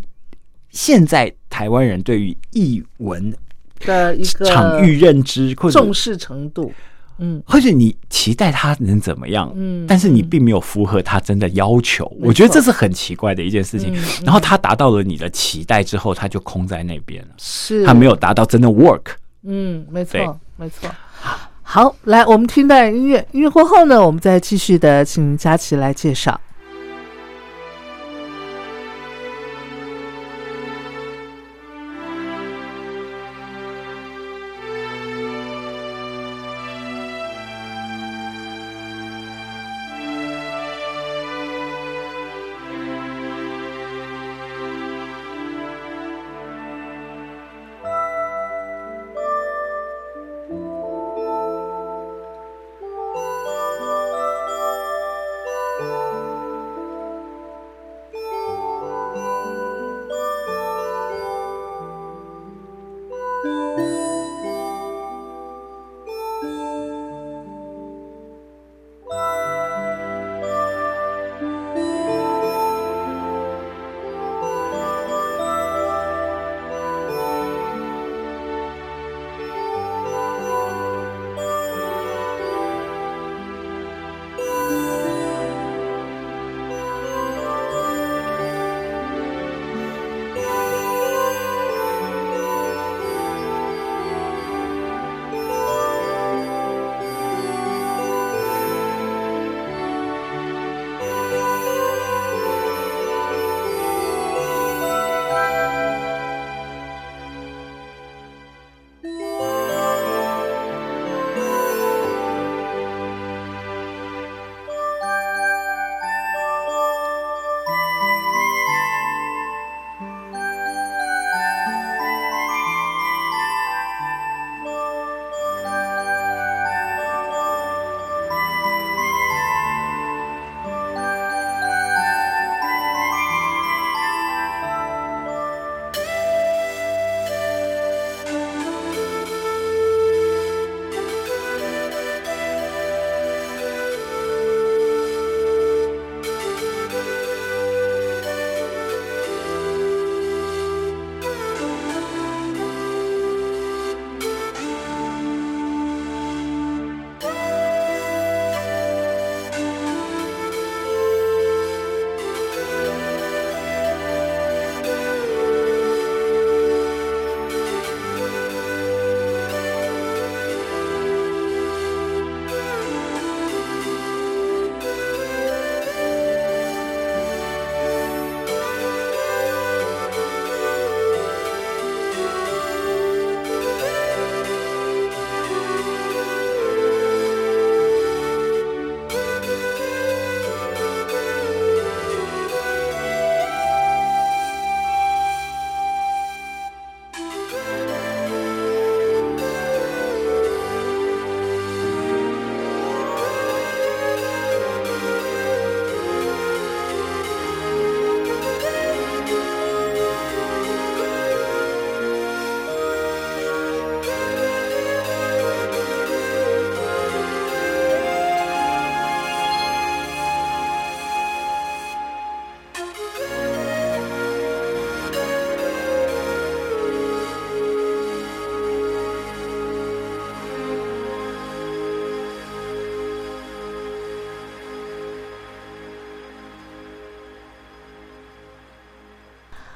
Speaker 3: 现在台湾人对于译文
Speaker 2: 的一个
Speaker 3: 场域认知，或者
Speaker 2: 重视程度，嗯，
Speaker 3: 或者你期待他能怎么样，
Speaker 2: 嗯
Speaker 3: 但是你并没有符合他真的要求，
Speaker 2: 没
Speaker 3: 我觉得
Speaker 2: 错
Speaker 3: 这是很奇怪的一件事情。
Speaker 2: 嗯
Speaker 3: 然后他达到了你的期待之后，他就空在那边了，
Speaker 2: 是
Speaker 3: 他没有达到真的 work。
Speaker 2: 嗯，没
Speaker 3: 对
Speaker 2: 错，没错。好，来，我们听段音乐，音乐过后呢，我们再继续的请佳琪来介绍。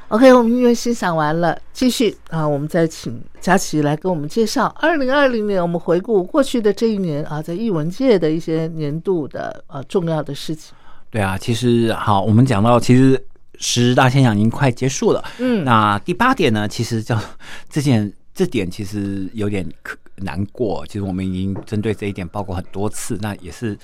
Speaker 2: OK，我们音乐欣赏完了，继续啊，我们再请佳琪来跟我们介绍二零二零年，我们回顾过去的这一年啊，在艺文界的一些年度的呃、重要的事情。
Speaker 3: 对啊，其实好，我们讲到其实十大现象已经快结束了。
Speaker 2: 嗯
Speaker 3: 那第八点呢，其实叫这件这点其实有点可难过。其实我们已经针对这一点报告很多次，那也是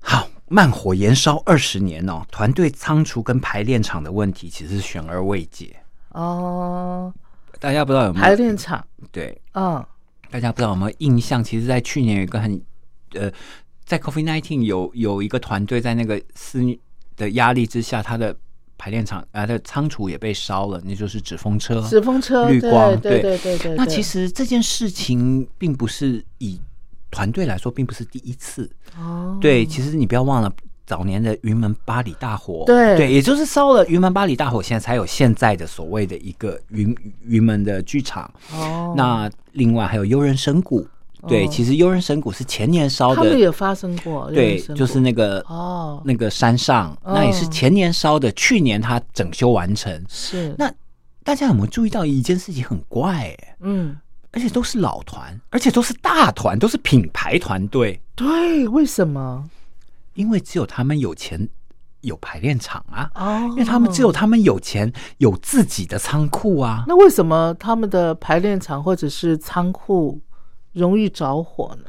Speaker 3: 好慢火延烧二十年哦。团队仓促跟排练场的问题其实悬而未解，
Speaker 2: 哦，
Speaker 3: 大家不知道有没
Speaker 2: 排
Speaker 3: 有
Speaker 2: 练场，
Speaker 3: 对
Speaker 2: 嗯
Speaker 3: 大家不知道有没有印象？其实，在去年有一个很呃，在 COVID nineteen 有有一个团队在那个肆虐的压力之下，他的排练场啊，的仓储也被烧了，那就是纸风车、
Speaker 2: 纸风车，
Speaker 3: 啊绿
Speaker 2: 对
Speaker 3: 光，
Speaker 2: 对对对对。
Speaker 3: 那
Speaker 2: 对
Speaker 3: 其实这件事情并不是以团队来说，并不是第一次。
Speaker 2: 哦，
Speaker 3: 对，其实你不要忘了。早年的云门八里大火，
Speaker 2: 对
Speaker 3: 对，也就是烧了云门八里大火，现在才有现在的所谓的一个云云门的剧场。
Speaker 2: 哦，
Speaker 3: 那另外还有幽人神谷，对，
Speaker 2: 哦
Speaker 3: 其实幽人神谷是前年烧
Speaker 2: 他们
Speaker 3: 的，
Speaker 2: 也发生过，
Speaker 3: 对，
Speaker 2: 人生
Speaker 3: 就是那个
Speaker 2: 哦，
Speaker 3: 那个山上，
Speaker 2: 哦
Speaker 3: 那也是前年烧的，去年它整修完成。
Speaker 2: 是
Speaker 3: 那大家有没有注意到一件事情很怪、欸？
Speaker 2: 嗯，
Speaker 3: 而且都是老团，而且都是大团，都是品牌团队，
Speaker 2: 对，为什么？
Speaker 3: 因为只有他们有钱有排练场啊，
Speaker 2: 哦，
Speaker 3: 因为他们只有他们有钱有自己的仓库啊。
Speaker 2: 那为什么他们的排练场或者是仓库容易着火呢？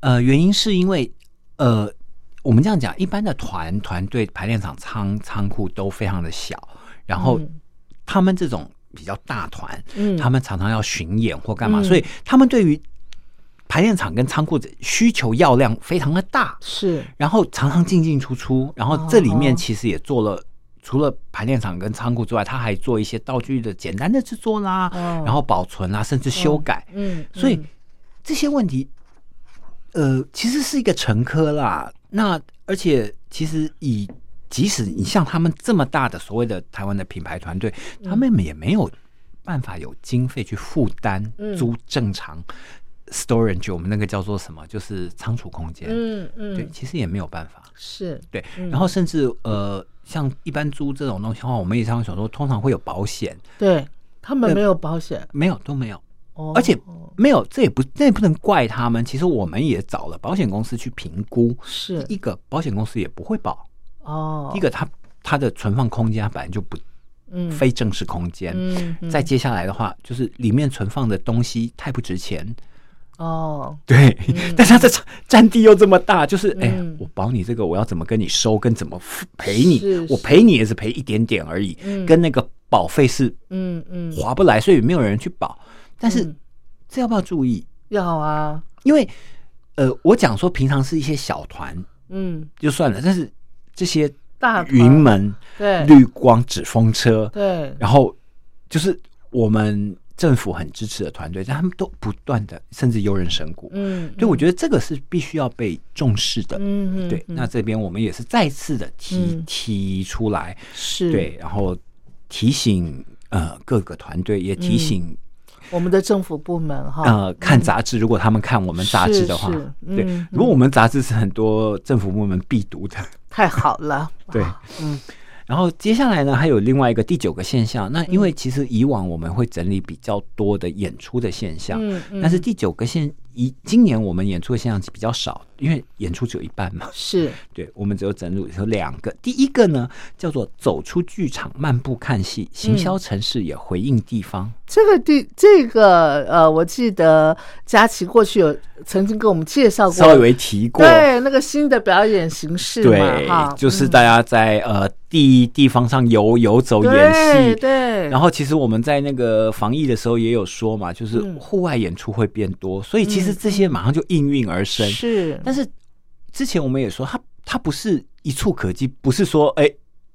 Speaker 3: 呃，原因是因为呃，我们这样讲，一般的团团队排练场仓仓库都非常的小，然后
Speaker 2: 嗯
Speaker 3: 他们这种比较大团，
Speaker 2: 嗯
Speaker 3: 他们常常要巡演或干嘛，
Speaker 2: 嗯
Speaker 3: 所以他们对于排练场跟仓库的需求要量非常的大，
Speaker 2: 是
Speaker 3: 然后常常进进出出，然后这里
Speaker 2: 哦
Speaker 3: 面其实也做了。除了排练场跟仓库之外，他还做一些道具的简单的制作啦，
Speaker 2: 哦
Speaker 3: 然后保存啦，甚至修改。
Speaker 2: 嗯，
Speaker 3: 所以
Speaker 2: 嗯
Speaker 3: 这些问题，呃，其实是一个成科啦。那而且其实以即使你像他们这么大的所谓的台湾的品牌团队，
Speaker 2: 嗯
Speaker 3: 他们也没有办法有经费去负担
Speaker 2: 嗯
Speaker 3: 租正常 storage，、我们那个叫做什么，就是仓储空间。
Speaker 2: 嗯
Speaker 3: 对，
Speaker 2: 嗯
Speaker 3: 其实也没有办法。
Speaker 2: 是
Speaker 3: 对，
Speaker 2: 嗯
Speaker 3: 然后甚至呃，像一般租这种东西的话，我们也常常想说，通常会有保险，
Speaker 2: 对，他们没有保险，
Speaker 3: 没有都没有。
Speaker 2: 哦
Speaker 3: 而且没有，这也不这也不能怪他们。其实我们也找了保险公司去评估，
Speaker 2: 是
Speaker 3: 第一个保险公司也不会保，
Speaker 2: 哦，
Speaker 3: 第一个它它的存放空间它本来就不
Speaker 2: 嗯
Speaker 3: 非正式空间。
Speaker 2: 嗯嗯
Speaker 3: 再接下来的话，就是里面存放的东西太不值钱，
Speaker 2: 嗯哦
Speaker 3: 对。但是它的占地又这么大，就是哎、
Speaker 2: 嗯
Speaker 3: 我保你这个，我要怎么跟你收，跟怎么赔你，
Speaker 2: 是
Speaker 3: 我
Speaker 2: 是
Speaker 3: 赔你也是赔一点点而已，
Speaker 2: 嗯
Speaker 3: 跟那个保费是
Speaker 2: 嗯嗯
Speaker 3: 划不来，所以没有人去保。但是、
Speaker 2: 嗯
Speaker 3: 这要不要注意？
Speaker 2: 要啊
Speaker 3: 因为呃，我讲说平常是一些小团
Speaker 2: 嗯
Speaker 3: 就算了，但是这些
Speaker 2: 大团
Speaker 3: 云门、
Speaker 2: 对
Speaker 3: 绿光、纸风车，
Speaker 2: 对
Speaker 3: 然后就是我们政府很支持的团队，但他们都不断的，甚至游人神谷。
Speaker 2: 嗯
Speaker 3: 对，我觉得这个是必须要被重视的。
Speaker 2: 嗯嗯
Speaker 3: 对，
Speaker 2: 嗯
Speaker 3: 那这边我们也是再次的提、
Speaker 2: 嗯
Speaker 3: 提出来，
Speaker 2: 是
Speaker 3: 对，然后提醒呃各个团队，也
Speaker 2: 嗯
Speaker 3: 提醒、
Speaker 2: 我们的政府部门哈
Speaker 3: 呃看杂志，如果他们看我们杂志的话，
Speaker 2: 哦嗯是是
Speaker 3: 对
Speaker 2: 嗯，
Speaker 3: 如果我们杂志是很多政府部门必读的，
Speaker 2: 太好了
Speaker 3: 对
Speaker 2: 哇嗯
Speaker 3: 然后接下来呢，还有另外一个第九个现象，
Speaker 2: 嗯
Speaker 3: 那因为其实以往我们会整理比较多的演出的现象，
Speaker 2: 嗯嗯
Speaker 3: 但是第九个现一今年我们演出的现象比较少，因为演出只有一半嘛，
Speaker 2: 是
Speaker 3: 对，我们只有整理有两个，第一个呢叫做走出剧场漫步看
Speaker 2: 嗯
Speaker 3: 戏，行销城市也回应地方，
Speaker 2: 这个地这个呃，我记得佳琪过去有曾经跟我们介绍过，
Speaker 3: 稍微提过。
Speaker 2: 对那个新的表演形式
Speaker 3: 对
Speaker 2: 嘛，哈，
Speaker 3: 就是
Speaker 2: 嗯
Speaker 3: 大家在、呃地地方上游游走演戏
Speaker 2: 对，对，
Speaker 3: 然
Speaker 2: 后
Speaker 3: 后其实我们在那个防疫的时候也有说嘛，就是
Speaker 2: 嗯
Speaker 3: 户外演出会变多，所以其实这些马上就应运而生。
Speaker 2: 是
Speaker 3: 但是之前我们也说，它它不是一触可及，不是说哎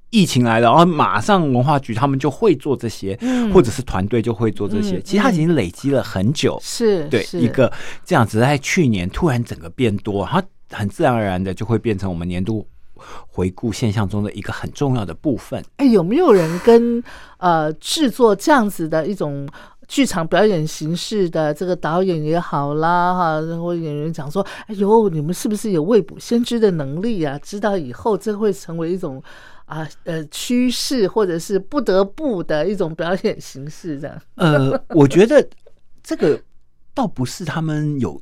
Speaker 3: 疫情来了，然后马上文化局他们就会做这些，
Speaker 2: 嗯
Speaker 3: 或者是团队就会做这些。
Speaker 2: 嗯
Speaker 3: 其实它已经累积了很久，
Speaker 2: 是
Speaker 3: 对
Speaker 2: 是
Speaker 3: 一个这样子，在去年突然整个变多，它很自然而然的就会变成我们年度回顾现象中的一个很重要的部分。
Speaker 2: 哎，有没有人跟呃制作这样子的一种剧场表演形式的这个导演也好啦，哈，或演员讲说，哎呦，你们是不是有未卜先知的能力啊？知道以后这会成为一种啊呃趋势，或者是不得不的一种表演形式的。
Speaker 3: 呃，我觉得这个倒不是他们有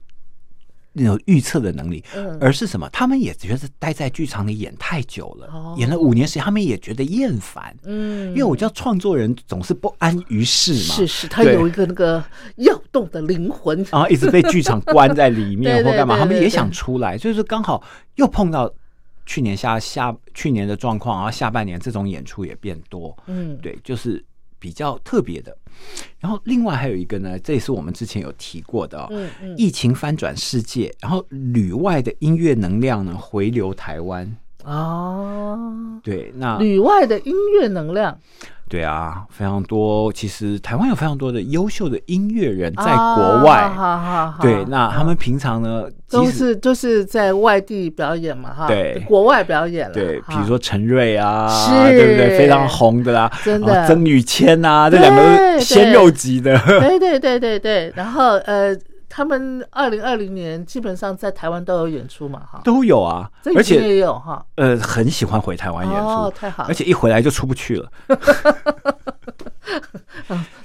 Speaker 3: 有预测的能力，
Speaker 2: 嗯，
Speaker 3: 而是什么？他们也觉得待在剧场里演太久了，
Speaker 2: 哦
Speaker 3: 演了五年时间，他们也觉得厌烦。
Speaker 2: 嗯
Speaker 3: 因为我知道创作人总是不安于世嘛，
Speaker 2: 是是，他
Speaker 3: 对
Speaker 2: 有一个那个跃动的灵魂。
Speaker 3: 然后啊一直被剧场关在里面
Speaker 2: 对对
Speaker 3: 或干嘛，
Speaker 2: 对
Speaker 3: 他们
Speaker 2: 对
Speaker 3: 也
Speaker 2: 对
Speaker 3: 想出来，所以说刚好又碰到去年下下去年的状况，然后下半年这种演出也变多，
Speaker 2: 嗯，
Speaker 3: 对，就是比较特别的。然后另外还有一个呢，这也是我们之前有提过的、哦，
Speaker 2: 嗯嗯
Speaker 3: 疫情翻转世界，然后旅外的音乐能量呢回流台湾，
Speaker 2: 哦，
Speaker 3: 对，那
Speaker 2: 旅外的音乐能量
Speaker 3: 对啊，非常多。其实台湾有非常多的优秀的音乐人在国外，
Speaker 2: 啊好好好，嗯
Speaker 3: 对，那他们平常呢，
Speaker 2: 都
Speaker 3: 即使
Speaker 2: 是都是在外地表演嘛，哈，
Speaker 3: 对
Speaker 2: 国外表演了，
Speaker 3: 对，比
Speaker 2: 哈
Speaker 3: 如说陈瑞啊，
Speaker 2: 是
Speaker 3: 对不对？非常红的啦，
Speaker 2: 真的
Speaker 3: 然后曾宇谦啊，这
Speaker 2: 对
Speaker 3: 两个都是鲜肉级的。
Speaker 2: 对对对对对，然后呃，他们二零二零年基本上在台湾都有演出嘛，哈，
Speaker 3: 都有啊
Speaker 2: 这，
Speaker 3: 而
Speaker 2: 几年
Speaker 3: 且
Speaker 2: 也有哈，
Speaker 3: 呃，很喜欢回台湾演出，
Speaker 2: 哦，太好了，
Speaker 3: 而且一回来就出不去了，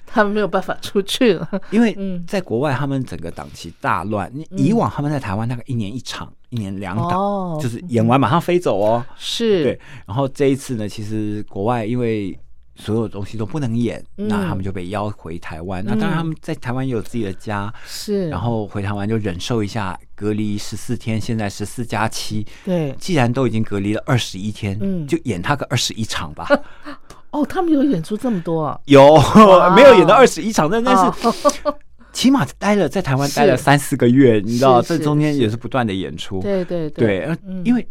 Speaker 2: 他们没有办法出去了，
Speaker 3: 因为
Speaker 2: 嗯
Speaker 3: 在国外他们整个档期大乱。你以往他们在台湾大概一年一场，一年两档，
Speaker 2: 哦，
Speaker 3: 就是演完马上飞走哦。
Speaker 2: 是，
Speaker 3: 对，然后这一次呢，其实国外因为所有东西都不能演，
Speaker 2: 嗯
Speaker 3: 那他们就被邀回台湾。那当然他们在台湾也有自己的家，
Speaker 2: 是，
Speaker 3: 然后回台湾就忍受一下隔离十四天，现在十四加七。
Speaker 2: 对，
Speaker 3: 既然都已经隔离了二十一天，
Speaker 2: 嗯
Speaker 3: 就演他个二十一场 吧。
Speaker 2: 哦，他们有演出这么多啊，
Speaker 3: 有
Speaker 2: 哇
Speaker 3: 没有演到二十一场？但但是
Speaker 2: 哦
Speaker 3: 起码待了在台湾待了
Speaker 2: 是
Speaker 3: 三四个月，你知道，
Speaker 2: 是
Speaker 3: 这
Speaker 2: 是
Speaker 3: 中间也是不断的演出。
Speaker 2: 对对
Speaker 3: 对，呃
Speaker 2: 嗯
Speaker 3: 因为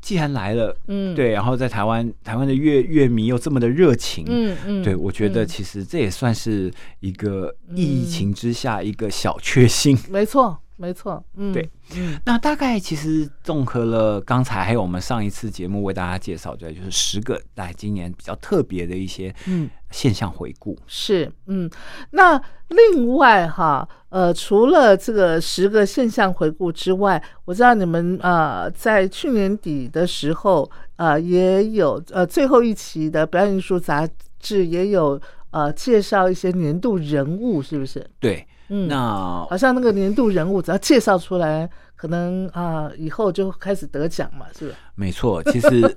Speaker 3: 既然来了，
Speaker 2: 嗯，
Speaker 3: 对，然后在台湾，台湾的乐乐迷又这么的热情，
Speaker 2: 嗯嗯，
Speaker 3: 对，我觉得
Speaker 2: 嗯
Speaker 3: 其实这也算是一个疫情之下一个小确幸。
Speaker 2: 没错没错，嗯，
Speaker 3: 对，
Speaker 2: 嗯
Speaker 3: 那大概其实综合了刚才还有我们上一次节目为大家介绍的，就是十个在今年比较特别的一些
Speaker 2: 嗯。
Speaker 3: 现象回顾。
Speaker 2: 是，嗯，那另外哈，呃，除了这个十个现象回顾之外，我知道你们呃在去年底的时候，呃，也有呃最后一期的表演艺术杂志也有呃介绍一些年度人物，是不是？
Speaker 3: 对，
Speaker 2: 嗯，
Speaker 3: 那
Speaker 2: 好像那个年度人物只要介绍出来，可能啊、以后就开始得奖嘛，是吧？
Speaker 3: 没错，其实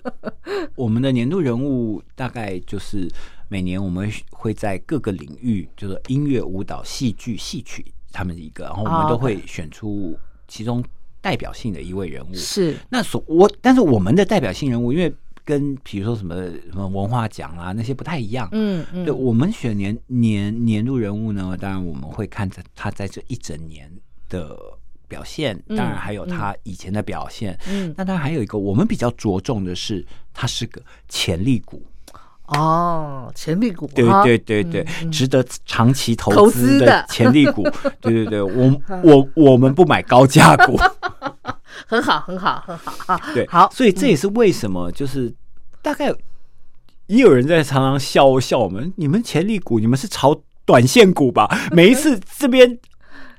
Speaker 3: 我们的年度人物大概就是每年我们会在各个领域，就是音乐、舞蹈、戏剧、戏曲他们一个，然后我
Speaker 2: 哦
Speaker 3: 们
Speaker 2: ，OK
Speaker 3: 都会选出其中代表性的一位人物。
Speaker 2: 是，
Speaker 3: 那所我，但是我们的代表性人物，因为跟比如说什么什么文化奖啦、那些不太一样。
Speaker 2: 嗯嗯，
Speaker 3: 对我们选年年年度人物呢，当然我们会看着他在这一整年的表现，
Speaker 2: 嗯
Speaker 3: 当然还有他以前的表现。
Speaker 2: 嗯
Speaker 3: 那当然还有一个我们比较着重的是，他是个潜力股，
Speaker 2: 哦，潜力股
Speaker 3: 对
Speaker 2: 哈，
Speaker 3: 对对对，嗯值得长期
Speaker 2: 投
Speaker 3: 投
Speaker 2: 资
Speaker 3: 资
Speaker 2: 的
Speaker 3: 的潜力 股。对对对， 我我我们不买高价股。
Speaker 2: 很好很好很好哈。
Speaker 3: 对，
Speaker 2: 好嗯
Speaker 3: 所以这也是为什么就是大概也有人在常常笑笑我们，你们潜力股，你们是炒短线 股吧？每一次这边。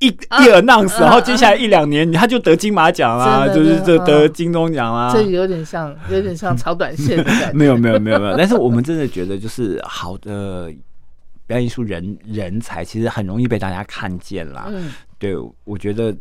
Speaker 3: 一一
Speaker 2: 啊
Speaker 3: announce，、然后接下来一两年、他就得金马奖啦，
Speaker 2: 真的
Speaker 3: 就是
Speaker 2: 啊真
Speaker 3: 这
Speaker 2: 的
Speaker 3: 得
Speaker 2: 嗯
Speaker 3: 金钟奖啦。
Speaker 2: 这有点像，有点 像炒短线的感觉。
Speaker 3: 没有没有没有没有， 但是我们真的觉得就是好的表演艺术人人才，其实很容易被大家看见啦。
Speaker 2: 嗯，
Speaker 3: 对，我觉得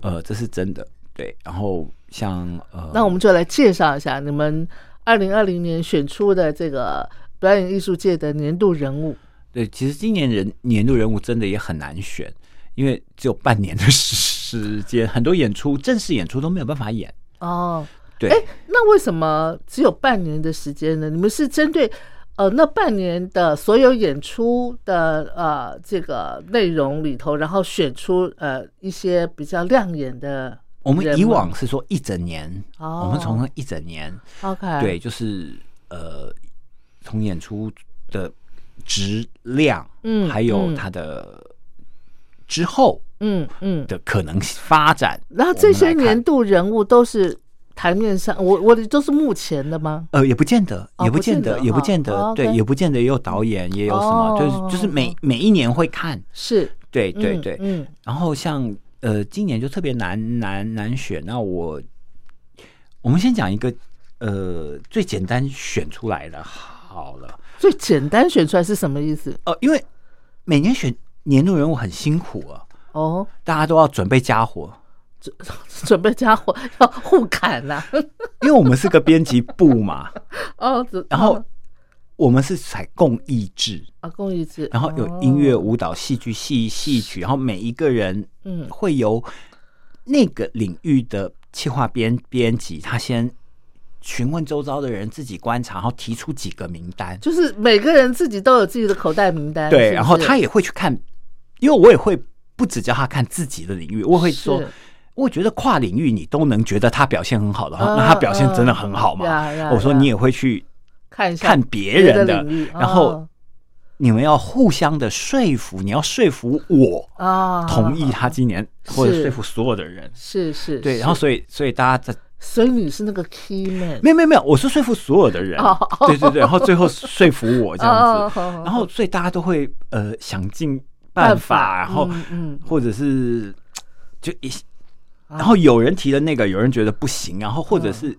Speaker 3: 呃这是真的。对，然后像呃，
Speaker 2: 那我们就来介绍一下你们二零二零年选出的这个表演艺术界的年度人物。
Speaker 3: 对，其实今年人年度人物真的也很难选，因为只有半年的时 间，很多演出正式演出都没有办法演。
Speaker 2: 哦，
Speaker 3: 对，
Speaker 2: 哎，那为什么只有半年的时间呢？你们是针对呃那半年的所有演出的呃这个内容里头，然后选出呃一些比较亮眼的
Speaker 3: 我们
Speaker 2: 人
Speaker 3: 以
Speaker 2: 吗
Speaker 3: 往是说一整年，
Speaker 2: 哦哎
Speaker 3: 我们从一整年，
Speaker 2: OK
Speaker 3: 对，就是呃，从演出的质量，
Speaker 2: 嗯
Speaker 3: 还有
Speaker 2: 嗯
Speaker 3: 它的之后
Speaker 2: 嗯嗯，
Speaker 3: 的可能发展，
Speaker 2: 然后
Speaker 3: 我
Speaker 2: 这
Speaker 3: 们
Speaker 2: 些
Speaker 3: 来看
Speaker 2: 年度人物都是台面上，我我的都是目前的吗？
Speaker 3: 呃，也不见得，
Speaker 2: 哦
Speaker 3: 也
Speaker 2: 不见
Speaker 3: 见
Speaker 2: 得
Speaker 3: 得，也不
Speaker 2: 哈
Speaker 3: 见
Speaker 2: 哦
Speaker 3: 得，对，
Speaker 2: ，OK
Speaker 3: 也不见得也有导演，也有什么，
Speaker 2: 哦
Speaker 3: 就是就是每每一年会看，
Speaker 2: 是，
Speaker 3: 对对
Speaker 2: 嗯
Speaker 3: 对，
Speaker 2: 嗯
Speaker 3: 然后像呃，今年就特别难难难选。那我我们先讲一个呃最简单选出来的好了。
Speaker 2: 最简单选出来是什么意思？
Speaker 3: 呃，因为每年选年度人物很辛苦啊，
Speaker 2: 哦，
Speaker 3: 大家都要准备家伙，
Speaker 2: 准准备家伙 要互砍呐、
Speaker 3: 因为我们是个编辑部 嘛，
Speaker 2: 哦，只
Speaker 3: 然后我们是采共议制，
Speaker 2: 啊，公益制，
Speaker 3: 然后有音乐、
Speaker 2: 哦
Speaker 3: 舞蹈、戏剧、戏戏曲，然后每一个人
Speaker 2: 嗯
Speaker 3: 会由那个领域的企划编编辑，他先询问周遭的人，自己观察，然后提出几个名单，
Speaker 2: 就是每个人自己都有自己的口袋名单，是
Speaker 3: 对，
Speaker 2: 不
Speaker 3: 然后
Speaker 2: 是
Speaker 3: 他也会去看，因为我也会不只叫他看自己的领域，我会说
Speaker 2: 是。
Speaker 3: 我觉得跨领域你都能觉得他表现很好的话，
Speaker 2: 嗯
Speaker 3: 啊那他表现真的很好嘛。
Speaker 2: 呀呀
Speaker 3: 我说
Speaker 2: 呀
Speaker 3: 你也会去
Speaker 2: 看一下
Speaker 3: 看别人
Speaker 2: 的
Speaker 3: 的
Speaker 2: 领域，嗯
Speaker 3: 然后你们要互相的说服，你要说服我
Speaker 2: 哦啊，
Speaker 3: 同意他今年，或者
Speaker 2: 是
Speaker 3: 说服所有的人。
Speaker 2: 是是，
Speaker 3: 对，
Speaker 2: 是
Speaker 3: 然后所以所以大家在
Speaker 2: 所以你是那个 key man，
Speaker 3: 没有没有没有，我是说服所有的人
Speaker 2: 哦，
Speaker 3: 对对对，然后最后说服我这样子，
Speaker 2: 哦哦哦
Speaker 3: 然后所以大家都会呃想尽
Speaker 2: 办
Speaker 3: 办
Speaker 2: 法
Speaker 3: 法，然后
Speaker 2: 嗯啊嗯
Speaker 3: 或者是就一，然后有人提了那个，有人觉得不行，然后或者
Speaker 2: 嗯
Speaker 3: 是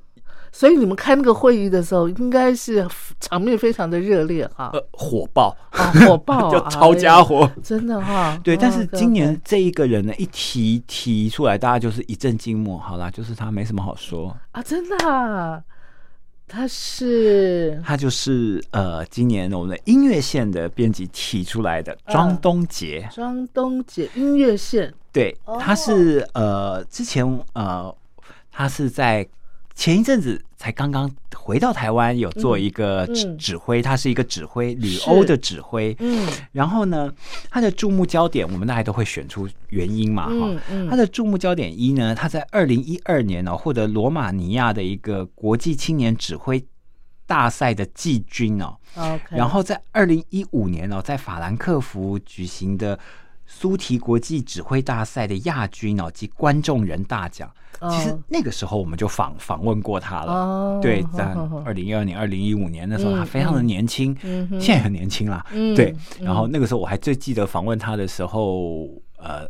Speaker 2: 所以你们开那个会议的时候，应该是场面非常的热烈哈，
Speaker 3: 呃火爆，
Speaker 2: 啊火爆啊
Speaker 3: 就抄家，伙。
Speaker 2: 哎真的哈。
Speaker 3: 对，
Speaker 2: 嗯
Speaker 3: 但是今年
Speaker 2: OK，OK
Speaker 3: 这一个人呢，一提提出来，大家就是一阵静默。好啦，就是他没什么好说，
Speaker 2: 啊，真的啊，他是
Speaker 3: 他就是呃，今年我们的音乐线的编辑提出来的
Speaker 2: 嗯
Speaker 3: 庄东杰。
Speaker 2: 庄东姐音乐线
Speaker 3: 对，
Speaker 2: 哦
Speaker 3: 他是呃，之前呃，他是在前一阵子才刚刚回到台湾，有做一个
Speaker 2: 嗯
Speaker 3: 指
Speaker 2: 嗯
Speaker 3: 指挥，他是一个指挥旅
Speaker 2: 是
Speaker 3: 欧的指挥。
Speaker 2: 嗯
Speaker 3: 然后呢，他的注目焦点，我们大家都会选出原因嘛，哈
Speaker 2: 嗯。嗯
Speaker 3: 啊他的注目焦点一呢，他在二零一二年呢、哦、获得罗马尼亚的一个国际青年指挥大赛的季军哦，
Speaker 2: ，OK，
Speaker 3: 然后在二零一五年哦，在法兰克福举行的苏提国际指挥大赛的亚军哦及观众人大奖，其实
Speaker 2: 哦
Speaker 3: 那个时候我们就访访问过他了。
Speaker 2: 哦
Speaker 3: 对，
Speaker 2: 好
Speaker 3: 在
Speaker 2: 好好
Speaker 3: 二零一二年、二零一五年那时候，
Speaker 2: 嗯
Speaker 3: 他非常的
Speaker 2: 嗯
Speaker 3: 年轻，
Speaker 2: 嗯哼
Speaker 3: 现在很年轻啦。
Speaker 2: 嗯
Speaker 3: 对，
Speaker 2: 嗯
Speaker 3: 然后那个时候我还最记得访问他的时候，呃，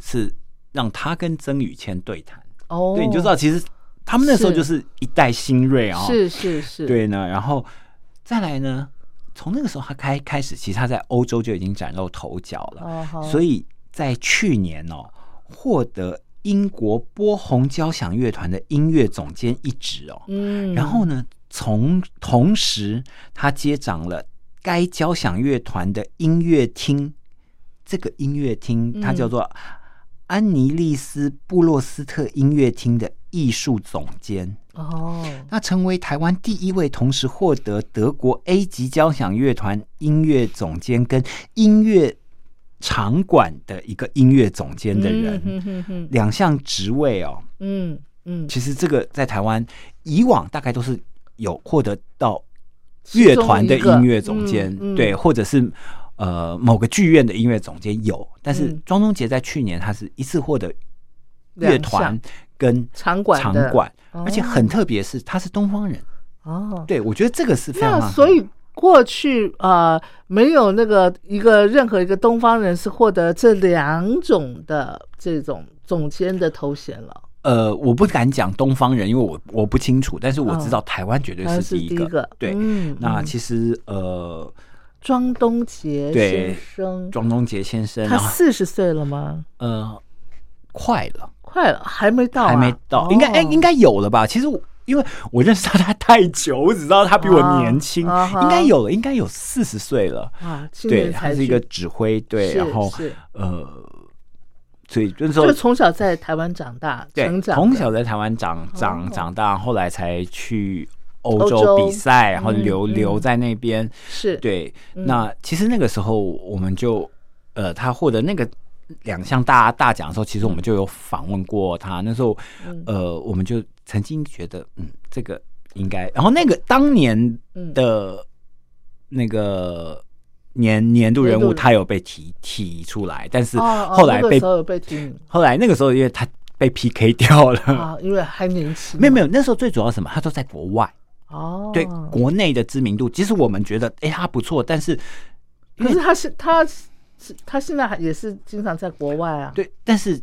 Speaker 3: 是让他跟曾宇谦对谈，
Speaker 2: 哦，
Speaker 3: 对，你就知道其实他们那时候
Speaker 2: 是
Speaker 3: 就是一代新锐啊、哦，
Speaker 2: 是是是，
Speaker 3: 对呢，然后再来呢，从那个时候他开开始，其实他在欧洲就已经崭露头角了，
Speaker 2: 哦，好，
Speaker 3: 所以在去年哦，获得英国波鸿交响乐团的音乐总监一职哦，
Speaker 2: 嗯，
Speaker 3: 然后呢，从同时他接掌了该交响乐团的音乐厅，这个音乐厅它
Speaker 2: 嗯
Speaker 3: 叫做安妮利斯布洛斯特音乐厅的艺术总监。
Speaker 2: 哦，
Speaker 3: 那成为台湾第一位同时获得德国 A 级交响乐团音乐总监跟音乐场馆的一个音乐总监的人，
Speaker 2: 嗯哼哼哼
Speaker 3: 两项职位哦。
Speaker 2: 嗯嗯，
Speaker 3: 其实这个在台湾以往大概都是有获得到乐团的音乐总监
Speaker 2: 其，中一个嗯嗯
Speaker 3: 对，或者是呃某个剧院的音乐总监有，但是
Speaker 2: 嗯
Speaker 3: 庄宗杰在去年他是一次获得乐
Speaker 2: 两
Speaker 3: 团
Speaker 2: 项
Speaker 3: 跟
Speaker 2: 场馆
Speaker 3: 场
Speaker 2: 的
Speaker 3: 馆，
Speaker 2: 哦
Speaker 3: 而且很特别是他是东方人。
Speaker 2: 哦，
Speaker 3: 对，我觉得这个是非常
Speaker 2: 那
Speaker 3: 麻烦
Speaker 2: 所以过去呃没有那个一个任何一个东方人是获得这两种的这种总监的头衔了，
Speaker 3: 呃，我不敢讲东方人，因为我我不清楚，但是我知道台湾绝对
Speaker 2: 他嗯
Speaker 3: 是
Speaker 2: 呃是
Speaker 3: 第
Speaker 2: 第
Speaker 3: 一个。对，
Speaker 2: 嗯，
Speaker 3: 那
Speaker 2: 嗯
Speaker 3: 其实呃，
Speaker 2: 庄东杰先
Speaker 3: 对
Speaker 2: 生，
Speaker 3: 庄宗杰先生，
Speaker 2: 他
Speaker 3: 然后
Speaker 2: 四十岁了吗？
Speaker 3: 呃，快了，
Speaker 2: 快了，还没到啊，
Speaker 3: 还没到，应该哎、应
Speaker 2: 该
Speaker 3: 该有了吧？其实我因为我认识他 他太久，我只知道他比我年轻，
Speaker 2: 啊啊哈
Speaker 3: 应该有了，应该有四十岁了。
Speaker 2: 啊，青
Speaker 3: 对，
Speaker 2: 年
Speaker 3: 他
Speaker 2: 才
Speaker 3: 是一个
Speaker 2: 俊
Speaker 3: 指挥，对，
Speaker 2: 是
Speaker 3: 然后
Speaker 2: 是
Speaker 3: 呃，所以那时候
Speaker 2: 就从小在台湾长大，
Speaker 3: 对，
Speaker 2: 成长的，哦
Speaker 3: 从小在台湾长长长大，后来才去欧
Speaker 2: 欧洲
Speaker 3: 洲比赛，然后留、
Speaker 2: 嗯
Speaker 3: 留在那边。
Speaker 2: 是，
Speaker 3: 对，那其实那个时候我们就，呃，他获得那个两项大大奖的时候，其实我们就有访问过他。那时候，
Speaker 2: 嗯
Speaker 3: 呃，我们就曾经觉得，嗯，这个应该。然后那个当年
Speaker 2: 嗯
Speaker 3: 的呃那个年年度人
Speaker 2: 年度
Speaker 3: 物，
Speaker 2: 人
Speaker 3: 他有被提提出来，但是
Speaker 2: 哦哦
Speaker 3: 后来
Speaker 2: 那个
Speaker 3: 被
Speaker 2: 时候有被提名
Speaker 3: 后来那个时候，因为他被 PK 掉了，
Speaker 2: 啊，因为还年轻嘛，
Speaker 3: 嗯没有没有，那时候最主要是什么？他都在国外，
Speaker 2: 哦，
Speaker 3: 对国内的知名度，即使我们觉得哎、他不错，但是
Speaker 2: 可是 他是他是他现在还也是经常在国外啊，
Speaker 3: 对，但是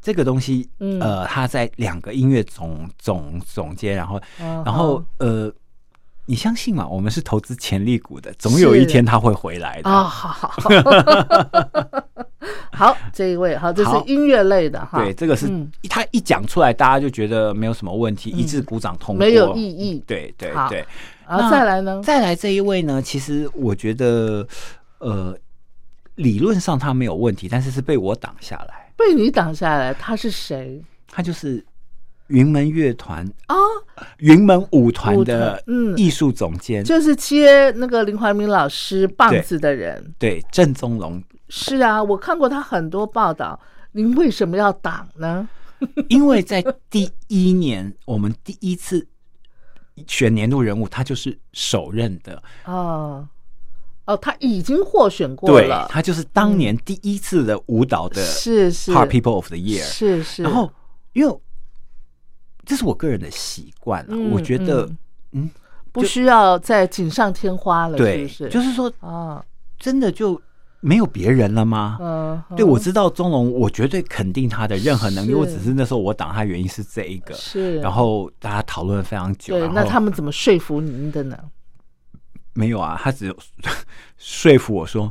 Speaker 3: 这个东西，
Speaker 2: 嗯
Speaker 3: 呃，他在两个音乐总总总监，然后
Speaker 2: 嗯，
Speaker 3: 然后呃，你相信吗？我们是投资潜力股的，总有一
Speaker 2: 是
Speaker 3: 天他会回来的。
Speaker 2: 啊，好好好，好，这一位好，这是
Speaker 3: 好
Speaker 2: 音乐类的哈，
Speaker 3: 对，这个是、
Speaker 2: 嗯
Speaker 3: 他一讲出来，大家就觉得没有什么问题，一致鼓掌通过，
Speaker 2: 没有异议
Speaker 3: 对对
Speaker 2: 好
Speaker 3: 对，
Speaker 2: 然后
Speaker 3: 那
Speaker 2: 再来呢，
Speaker 3: 再来这一位呢，其实我觉得，呃，理论上他没有问题，但是是被我挡下来。
Speaker 2: 被你挡下来，他是谁
Speaker 3: 他就是云门乐团、
Speaker 2: 啊？
Speaker 3: 云门舞团的
Speaker 2: 嗯
Speaker 3: 艺术总监，
Speaker 2: 就是接那个林怀民老师棒子的人，
Speaker 3: 对郑宗龙。
Speaker 2: 是啊，我看过他很多报道，您为什么要挡呢？
Speaker 3: 因为在第一年，我们第一次选年度人物，他就是首任的，
Speaker 2: 哦哦，他已经获选过
Speaker 3: 对
Speaker 2: 了，，
Speaker 3: 他就是当年第一次的舞蹈的
Speaker 2: 是是
Speaker 3: Hard People of the Year。
Speaker 2: 是是，
Speaker 3: 然后，因为这是我个人的习惯了，
Speaker 2: 嗯
Speaker 3: 我觉得，嗯，
Speaker 2: 不需要再锦上添花了，
Speaker 3: 对，
Speaker 2: 是不是？
Speaker 3: 就是说，
Speaker 2: 啊，
Speaker 3: 真的就没有别人了吗？
Speaker 2: 嗯，
Speaker 3: 对，我
Speaker 2: 嗯
Speaker 3: 知道钟龙，我绝对肯定他的任何能力。
Speaker 2: 是
Speaker 3: 我只是那时候我挡他原因是这一个，
Speaker 2: 是，
Speaker 3: 然后大家讨论了非常久。
Speaker 2: 对，
Speaker 3: 然
Speaker 2: 那
Speaker 3: 后
Speaker 2: 他们怎么说服您的呢？
Speaker 3: 没有啊，他只有 说服我说，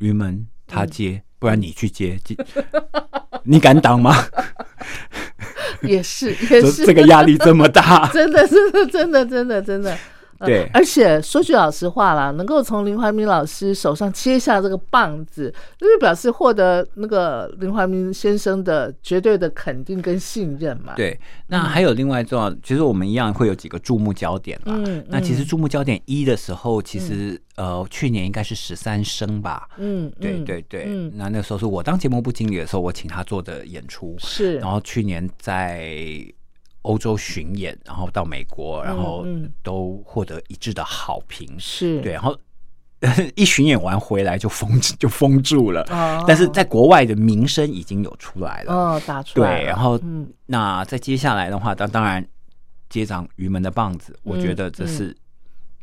Speaker 3: 云门他
Speaker 2: 嗯
Speaker 3: 接，不然你去接，接 你敢挡吗？
Speaker 2: 也是，也
Speaker 3: 这
Speaker 2: 是，
Speaker 3: 这个压力这么大
Speaker 2: 真的，真的，真的，真的，真的。呃
Speaker 3: 对
Speaker 2: 而且说句老实话啦，能够从林怀民老师手上接下这个棒子，就是表示获得那个林怀民先生的绝对的肯定跟信任嘛。，
Speaker 3: 对，那
Speaker 2: 嗯
Speaker 3: 还有另外重要，其实我们一样会有几个注目焦点啦。
Speaker 2: 嗯
Speaker 3: 那其实注目焦点一的时候，其实、呃，去年应该是十三生吧。
Speaker 2: 嗯，
Speaker 3: 对
Speaker 2: 嗯
Speaker 3: 对对，
Speaker 2: 嗯
Speaker 3: 那那时候是我当节目部经理的时候，我请他做的演出，
Speaker 2: 是，
Speaker 3: 然后去年在欧洲巡演，然后到美国，然后
Speaker 2: 嗯
Speaker 3: 都获得一致的好评。
Speaker 2: 是，
Speaker 3: 对，然啊后 一巡演完回来就封就封住了，
Speaker 2: 哦
Speaker 3: 但是在国外的名声已经有出来了。
Speaker 2: 哦，打出来了，
Speaker 3: 对，然后、
Speaker 2: 嗯
Speaker 3: 那再接下来的话，当当然接掌鱼门的棒子，我觉得这是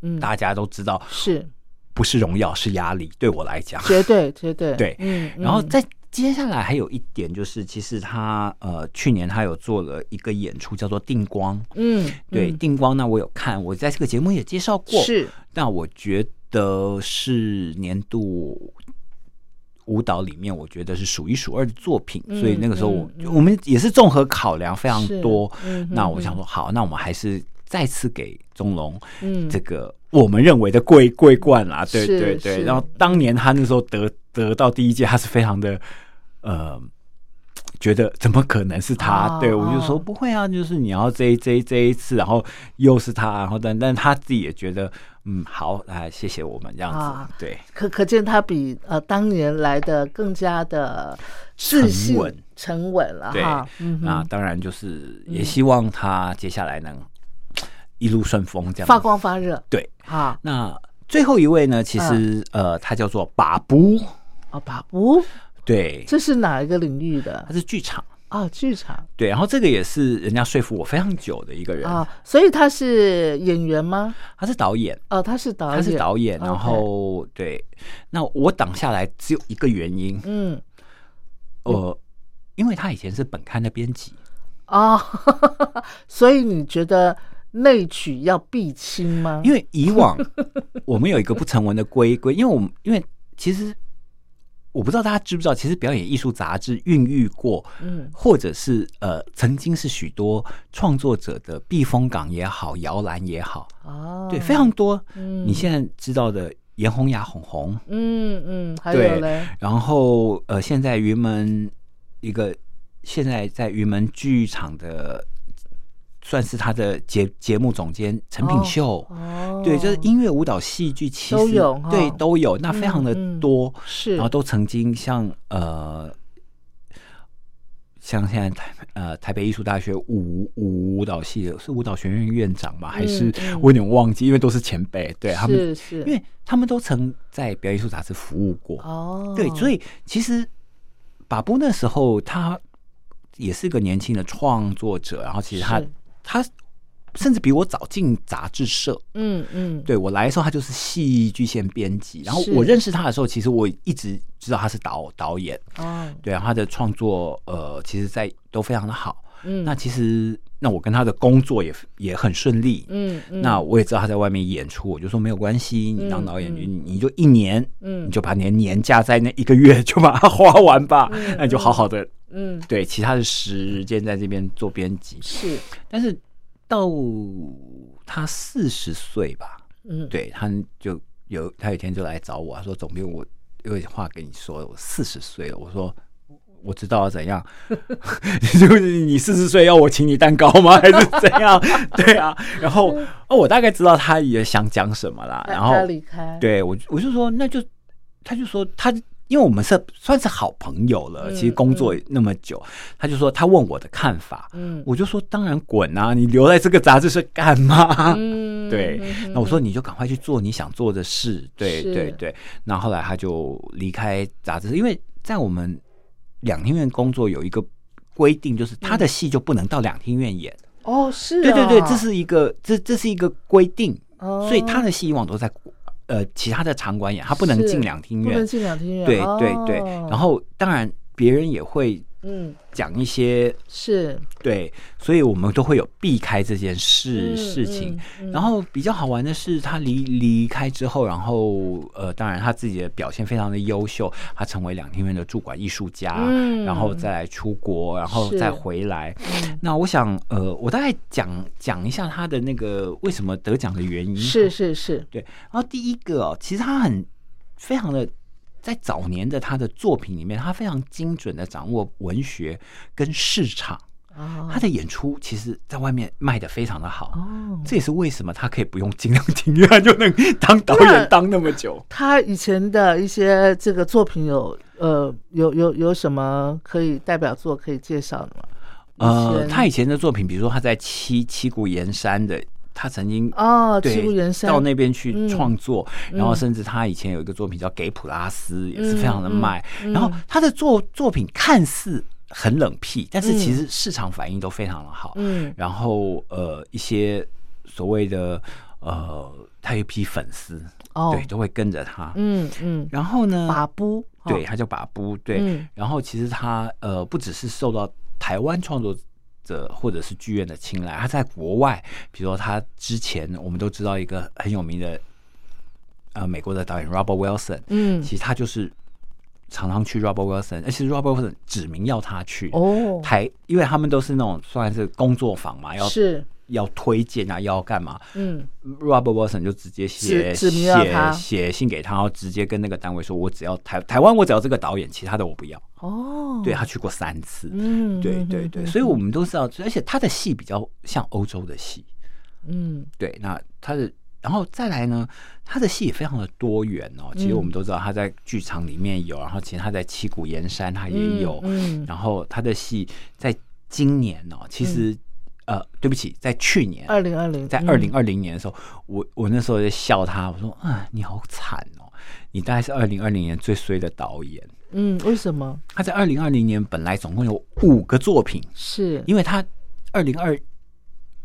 Speaker 2: 嗯，
Speaker 3: 大家都知道，
Speaker 2: 是
Speaker 3: 不是荣耀是压力，对我来讲。
Speaker 2: 绝对绝对
Speaker 3: 对
Speaker 2: 嗯，
Speaker 3: 然后
Speaker 2: 嗯
Speaker 3: 再接下来还有一点就是，其实他呃去年他有做了一个演出叫做《定光》，
Speaker 2: 嗯，
Speaker 3: 对《
Speaker 2: 嗯
Speaker 3: 定光》那我有看，我在这个节目也介绍过，
Speaker 2: 是
Speaker 3: 那我觉得是年度舞蹈里面，我觉得是数一数二的作品，
Speaker 2: 嗯
Speaker 3: 所以那个时候我、
Speaker 2: 嗯嗯
Speaker 3: 我们也是综合考量非常
Speaker 2: 是
Speaker 3: 多。
Speaker 2: 嗯
Speaker 3: 那
Speaker 2: 嗯
Speaker 3: 我
Speaker 2: 嗯
Speaker 3: 想说，好，那我们还是再次给钟龙
Speaker 2: 嗯
Speaker 3: 这个我们认为的桂桂冠啦，对
Speaker 2: 是
Speaker 3: 对对。
Speaker 2: 是
Speaker 3: 然后当年他那时候得得到第一届，他是非常的呃。觉得怎么可能是他？
Speaker 2: 哦
Speaker 3: 对我就说
Speaker 2: 哦
Speaker 3: 不会啊，就是你要这一这一这一次，然后又是他，然后但但他自己也觉得，嗯，好啊，谢谢我们这样子，
Speaker 2: 啊
Speaker 3: 对，
Speaker 2: 可可见他比呃当年来的更加的自信
Speaker 3: 沉稳
Speaker 2: 沉稳了
Speaker 3: 对
Speaker 2: 哈。嗯哼，嗯
Speaker 3: 那当然就是也希望他接下来能一路顺风这样子
Speaker 2: 发光发热
Speaker 3: 对，
Speaker 2: 啊！
Speaker 3: 那最后一位呢，其实、
Speaker 2: 嗯
Speaker 3: 呃，他叫做把布，
Speaker 2: 哦，把不，
Speaker 3: 对，
Speaker 2: 这是哪一个领域的
Speaker 3: 他是剧场，
Speaker 2: 啊？剧场
Speaker 3: 对，然后这个也是人家说服我非常久的一个人，
Speaker 2: 啊，所以他是演员吗？
Speaker 3: 他是导演，
Speaker 2: 哦，他是导演，
Speaker 3: 他是导演，然
Speaker 2: OK
Speaker 3: 后对，那我挡下来只有一个原因，
Speaker 2: 嗯
Speaker 3: 呃，因为他以前是本刊的编辑，
Speaker 2: 哦， 所以你觉得内曲要避亲吗？
Speaker 3: 因为以 往我们有一个不成文的规规，因为我们因为其实我不知道大家知不知道，其实表演艺术杂志孕育过，
Speaker 2: 嗯
Speaker 3: 或者是呃曾经是许多创作者的避风港也好，摇篮也好，
Speaker 2: 哦，
Speaker 3: 对，非常多。
Speaker 2: 嗯
Speaker 3: 你现在知道的严红雅、红红，
Speaker 2: 嗯嗯，还有
Speaker 3: 对
Speaker 2: 嘞，
Speaker 3: 然后呃现在云门一个现在在云门剧场的。算是他的节节目总监陈品
Speaker 2: 哦
Speaker 3: 秀，
Speaker 2: 哦，
Speaker 3: 对，就是音乐、舞蹈、戏剧，其实
Speaker 2: 都有哈
Speaker 3: 对，都有，那非常的
Speaker 2: 嗯嗯
Speaker 3: 多，
Speaker 2: 是
Speaker 3: 然后都曾经像呃，像现在台呃台北艺术大学舞舞舞蹈系的是舞蹈学院院长吧，还是、
Speaker 2: 嗯
Speaker 3: 我有点忘记，因为都是前辈，对他们，
Speaker 2: 是是，
Speaker 3: 因为他们都曾在表演艺术杂志服务过，
Speaker 2: 哦，
Speaker 3: 对，所
Speaker 2: 以
Speaker 3: 以其实把布那时候他也是个年轻的创作者，然后其实他
Speaker 2: 是
Speaker 3: 他甚至比我早进杂志社，
Speaker 2: 嗯嗯，
Speaker 3: 对我来的时候，他就是戏剧线编辑。然后
Speaker 2: 是
Speaker 3: 我认识他的时候，其实我一直知道他是导导演，
Speaker 2: 哦，
Speaker 3: 对，然啊后他的创作呃，其实在都非常的好。
Speaker 2: 嗯，
Speaker 3: 那其实那我跟他的工作也也很顺利。
Speaker 2: 嗯嗯，
Speaker 3: 那我也知道他在外面演出，我就说没有关系，你当
Speaker 2: 嗯
Speaker 3: 导演，
Speaker 2: 嗯
Speaker 3: 你你就一年，
Speaker 2: 嗯
Speaker 3: 你就把你的年假在那一个月 就把它花完吧，那你就好好的
Speaker 2: 嗯
Speaker 3: 对其他的时间在这边做编辑。
Speaker 2: 是
Speaker 3: 但是到他四十岁吧，
Speaker 2: 嗯
Speaker 3: 对，他就有他有一天就来找我，他说：“总编，我有点话跟你说，我四十岁了。”我说：“我知道啊，怎样？ 就是你四十岁要我请你蛋糕吗？ 还是怎样？对啊。”然后哦，我大概知道他也想讲什么啦。
Speaker 2: 他
Speaker 3: 然
Speaker 2: 他
Speaker 3: 后
Speaker 2: 离开
Speaker 3: 对我我就说那就他就说他因为我们是算是好朋友了，
Speaker 2: 嗯
Speaker 3: 其实工作那么久，他就说他问我的看法，
Speaker 2: 嗯
Speaker 3: 我就说当然滚啊，你留在这个杂志社干嘛？
Speaker 2: 嗯
Speaker 3: 对
Speaker 2: 嗯哼
Speaker 3: 那我说你就赶快去做你想做的事，对
Speaker 2: 是
Speaker 3: 对对。那后来他就离开杂志社，因为在我们两厅院工作有一个规定，就是他的戏就不能到两厅院演。
Speaker 2: 哦，嗯是、啊，
Speaker 3: 对对对，这是一个这这是一个规定，
Speaker 2: 哦，
Speaker 3: 所以他的戏以往都在呃其他的场馆演，他不能
Speaker 2: 是
Speaker 3: 进两厅
Speaker 2: 不能
Speaker 3: 院。
Speaker 2: 进两厅院，
Speaker 3: 对对对，
Speaker 2: 哦
Speaker 3: 然后当然别人也会
Speaker 2: 嗯
Speaker 3: 讲一些
Speaker 2: 是
Speaker 3: 对，所以我们都会有避开这件事、
Speaker 2: 嗯
Speaker 3: 事情。
Speaker 2: 嗯嗯
Speaker 3: 然后比较好玩的是，他离离开之后，然后呃，当然他自己的表现非常的优秀，他成为两厅院的驻馆艺术家，
Speaker 2: 嗯
Speaker 3: 啊然后再来出国，然后
Speaker 2: 是
Speaker 3: 再回来。
Speaker 2: 嗯
Speaker 3: 那我想，呃，我大概讲讲一下他的那个为什么得奖的原因。
Speaker 2: 是是是，
Speaker 3: 对，然后第一个哦，其实他很非常的，在早年的他的作品里面，他非常精准的掌握文学跟市场。
Speaker 2: 哦
Speaker 3: 他的演出其实在外面卖的非常的好，
Speaker 2: 哦，
Speaker 3: 这也是为什么他可以不用尽量听乐，他就能当导
Speaker 2: 那
Speaker 3: 演当那么久。
Speaker 2: 他以前的一些这个作品有呃有有有什么可以代表作可以介绍的吗？
Speaker 3: 呃，
Speaker 2: 以前
Speaker 3: 他以前的作品，比如说他在七七谷岩山的，他曾经
Speaker 2: 哦，
Speaker 3: 对
Speaker 2: 七步原山
Speaker 3: 到那边去
Speaker 2: 嗯
Speaker 3: 创作，然后
Speaker 2: 嗯
Speaker 3: 甚至他以前有一个作品叫《给普拉斯》，也是
Speaker 2: 嗯
Speaker 3: 非常的
Speaker 2: 嗯
Speaker 3: 卖。
Speaker 2: 嗯
Speaker 3: 然后他的作作品看似很冷僻，但是其
Speaker 2: 嗯
Speaker 3: 实市场反应都非常的好。
Speaker 2: 嗯
Speaker 3: 然后呃，一些所谓的呃，他有一批粉丝，
Speaker 2: 哦
Speaker 3: 对，都会跟着他。
Speaker 2: 嗯嗯，
Speaker 3: 然后呢，
Speaker 2: 把布哦
Speaker 3: 对，他叫把布，对。
Speaker 2: 嗯
Speaker 3: 然后其实他呃，不只是受到台湾创作者或者是剧院的青睐，他在国外，比如说他之前我们都知道一个很有名的呃美国的导演 Robert Wilson，
Speaker 2: 嗯
Speaker 3: 其实他就是常常去 Robert Wilson，而且 Robert Wilson 指名要他去。
Speaker 2: 哦
Speaker 3: 台，因为他们都是那种算是工作坊嘛，要
Speaker 2: 是
Speaker 3: 要推荐啊，要干嘛？
Speaker 2: 嗯
Speaker 3: Robert Wilson 就直接写
Speaker 2: 指指名要他
Speaker 3: 写写信给他，然后直接跟那个单位说，我只要台台湾，我只要这个导演，其他的我不要。
Speaker 2: 哦
Speaker 3: 对他去过三次，
Speaker 2: 嗯
Speaker 3: 对
Speaker 2: 嗯
Speaker 3: 对
Speaker 2: 嗯
Speaker 3: 对，
Speaker 2: 嗯
Speaker 3: 所以我们都知道，而且他的戏比较像欧洲的戏，
Speaker 2: 嗯
Speaker 3: 对，那他的。然后再来呢，他的戏也非常的多元哦。其
Speaker 2: 嗯
Speaker 3: 实我们都知道他在剧场里面有，然后其实他在七谷岩山他也有，
Speaker 2: 嗯嗯
Speaker 3: 然后他的戏在今年哦，其实、呃，对不起，在去年
Speaker 2: 嗯二零二零
Speaker 3: 在二零二零年的时候，我我那时候就笑他，我说啊，你好惨哦，你大概是二零二零年最衰的导演。
Speaker 2: 嗯为什么
Speaker 3: 他在二零二零年本来总共有五个作品，
Speaker 2: 是
Speaker 3: 因为他二零二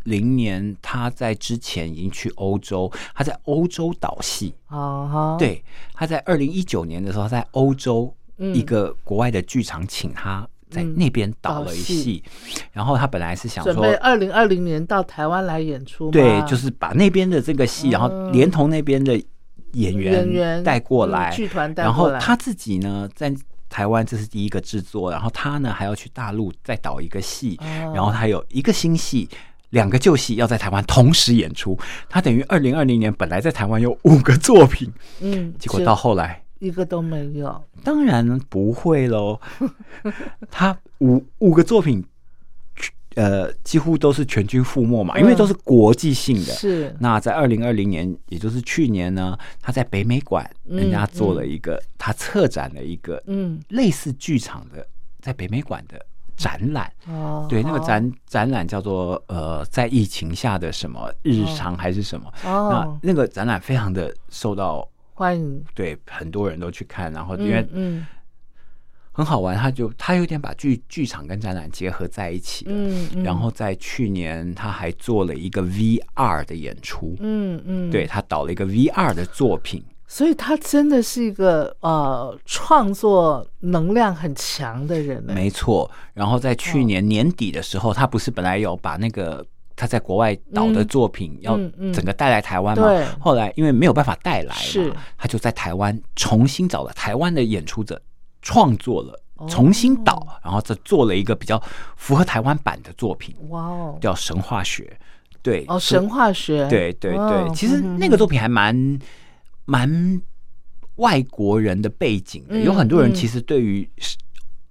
Speaker 3: 零年他在之前已经去欧洲，他在欧洲导戏。
Speaker 2: 啊哈
Speaker 3: 对，他在二零一九年的时候，他在欧洲
Speaker 2: 嗯
Speaker 3: 一个国外的剧场请他在
Speaker 2: 嗯
Speaker 3: 那边导
Speaker 2: 导
Speaker 3: 了一
Speaker 2: 戏
Speaker 3: 戏，然后他本来是想
Speaker 2: 准
Speaker 3: 说
Speaker 2: 备二零二零年到台湾来演出吗
Speaker 3: 对，就是把那边的这个戏，然后连同那边的演
Speaker 2: 嗯演员
Speaker 3: 员带过
Speaker 2: 嗯
Speaker 3: 来，
Speaker 2: 剧团带
Speaker 3: 然
Speaker 2: 过
Speaker 3: 后
Speaker 2: 来
Speaker 3: 他自己呢在台湾这是第一个制作，然后他呢还要去大陆再导一个戏，
Speaker 2: 哦
Speaker 3: 然后他有一个新戏。两个旧戏要在台湾同时演出，他等于二零二零年本来在台湾有五个作品，
Speaker 2: 嗯
Speaker 3: 结果
Speaker 2: 是
Speaker 3: 到后来
Speaker 2: 一个都没有
Speaker 3: 当然不 会喽，他五五个作品，呃，几乎都是全军覆没嘛，
Speaker 2: 嗯
Speaker 3: 因为都是国际性的，
Speaker 2: 是
Speaker 3: 那在二零二零年，也就是去年呢，他在北美馆，
Speaker 2: 嗯
Speaker 3: 人家做了一个，他策展了一个
Speaker 2: 嗯
Speaker 3: 类似剧场的，在北美馆的展览。
Speaker 2: 哦
Speaker 3: 对，那个展展览叫做呃，在疫情下的什么日常还是什么？
Speaker 2: 哦
Speaker 3: 那那个展览非常的受到
Speaker 2: 欢迎
Speaker 3: 对很多人都去看，然后
Speaker 2: 嗯
Speaker 3: 因为
Speaker 2: 嗯
Speaker 3: 很好玩，他就他有点把剧剧场跟展览结合在一起了。
Speaker 2: 嗯嗯
Speaker 3: 然后在去年，他还做了一个 VR 的演出，
Speaker 2: 嗯嗯
Speaker 3: 对他导了一个 VR 的作品，
Speaker 2: 所以他真的是一个呃创作能量很强的人呢。
Speaker 3: 没错。然后在去年年底的时候，他不是本来有把那个他在国外导的作品要
Speaker 2: 嗯嗯
Speaker 3: 整个带来台湾嘛？
Speaker 2: 对
Speaker 3: 后来因为没有办法带来
Speaker 2: 是
Speaker 3: 嘛，他就在台湾重新找了台湾的演出者创作了
Speaker 2: 哦，
Speaker 3: 重新导，然后再做了一个比较符合台湾版的作品，
Speaker 2: 哇哦
Speaker 3: 叫《神话学》。对，
Speaker 2: 哦，
Speaker 3: 是
Speaker 2: 神话学
Speaker 3: 对对
Speaker 2: 哦
Speaker 3: 对，其实那个作品还蛮蛮外国人的背景的，
Speaker 2: 嗯
Speaker 3: 有很多人
Speaker 2: 嗯
Speaker 3: 其实对于希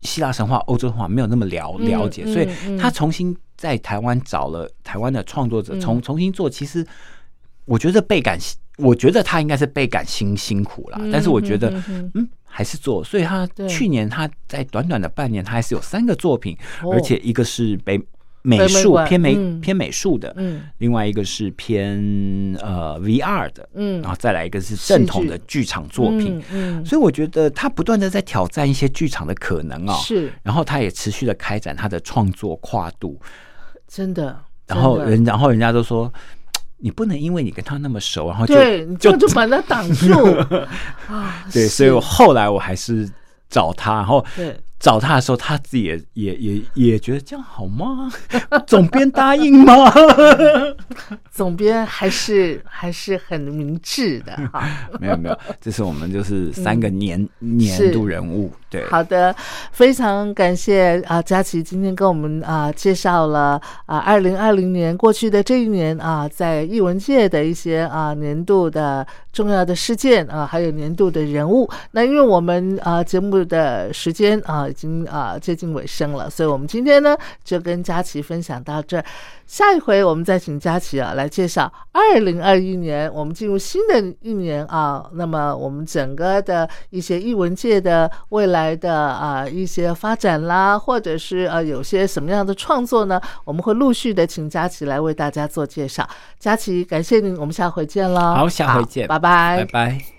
Speaker 3: 希腊神话、欧洲神话没有那么了
Speaker 2: 嗯
Speaker 3: 了解，
Speaker 2: 嗯
Speaker 3: 所以
Speaker 2: 嗯
Speaker 3: 他重新在台湾找了台湾的创作者，
Speaker 2: 嗯
Speaker 3: 重重新做，其实我觉得倍感。我觉得他应该是倍感辛辛苦啦，
Speaker 2: 嗯
Speaker 3: 但是我觉得
Speaker 2: 嗯嗯，
Speaker 3: 嗯，还是做，所以他
Speaker 2: 对
Speaker 3: 去年他在短短的半年，他还是有三个作品，
Speaker 2: 哦
Speaker 3: 而且一个是北
Speaker 2: 美
Speaker 3: 美术
Speaker 2: 馆
Speaker 3: 偏美
Speaker 2: 嗯
Speaker 3: 偏美术的，
Speaker 2: 嗯
Speaker 3: 另外一个是偏呃 VR 的，
Speaker 2: 嗯
Speaker 3: 然后再来一个是正统的
Speaker 2: 戏
Speaker 3: 剧场啊作品，
Speaker 2: 嗯，嗯
Speaker 3: 所以我觉得他不断的在挑战一些剧场的可能啊、
Speaker 2: 是
Speaker 3: 然后他也持续的开展他的创作跨度，
Speaker 2: 真的。
Speaker 3: 然后
Speaker 2: 真的
Speaker 3: 人然后人家都说。你不能因为你跟他那么熟，然后就
Speaker 2: 对，你就就把它挡 住啊。
Speaker 3: 对，
Speaker 2: 是
Speaker 3: 所以我后来我还是找他，然后
Speaker 2: 对
Speaker 3: 找他的时候，他自己也也也也觉得这样好吗？ 总编答应吗？
Speaker 2: 总编还是还是很明智的哈。
Speaker 3: 没有没有，这是我们就是三个年、年度人物，对，
Speaker 2: 好的，非常感谢啊，佳琪今天跟我们啊介绍了啊，二零二零年过去的这一年啊，在艺文界的一些啊年度的重要的事件啊，还有年度的人物。那因为我们啊节目的时间啊已经啊接近尾声了，所以我们今天呢就跟佳琪分享到这儿。下一回我们再请佳琪啊来介绍二零二一年，我们进入新的一年啊，那么我们整个的一些艺文界的未来的啊一些发展啦，或者是呃、有些什么样的创作呢？我们会陆续的请佳琪来为大家做介绍。佳琪，感谢您，我们下回见喽。
Speaker 3: 好下回见
Speaker 2: 拜拜。
Speaker 3: 拜拜。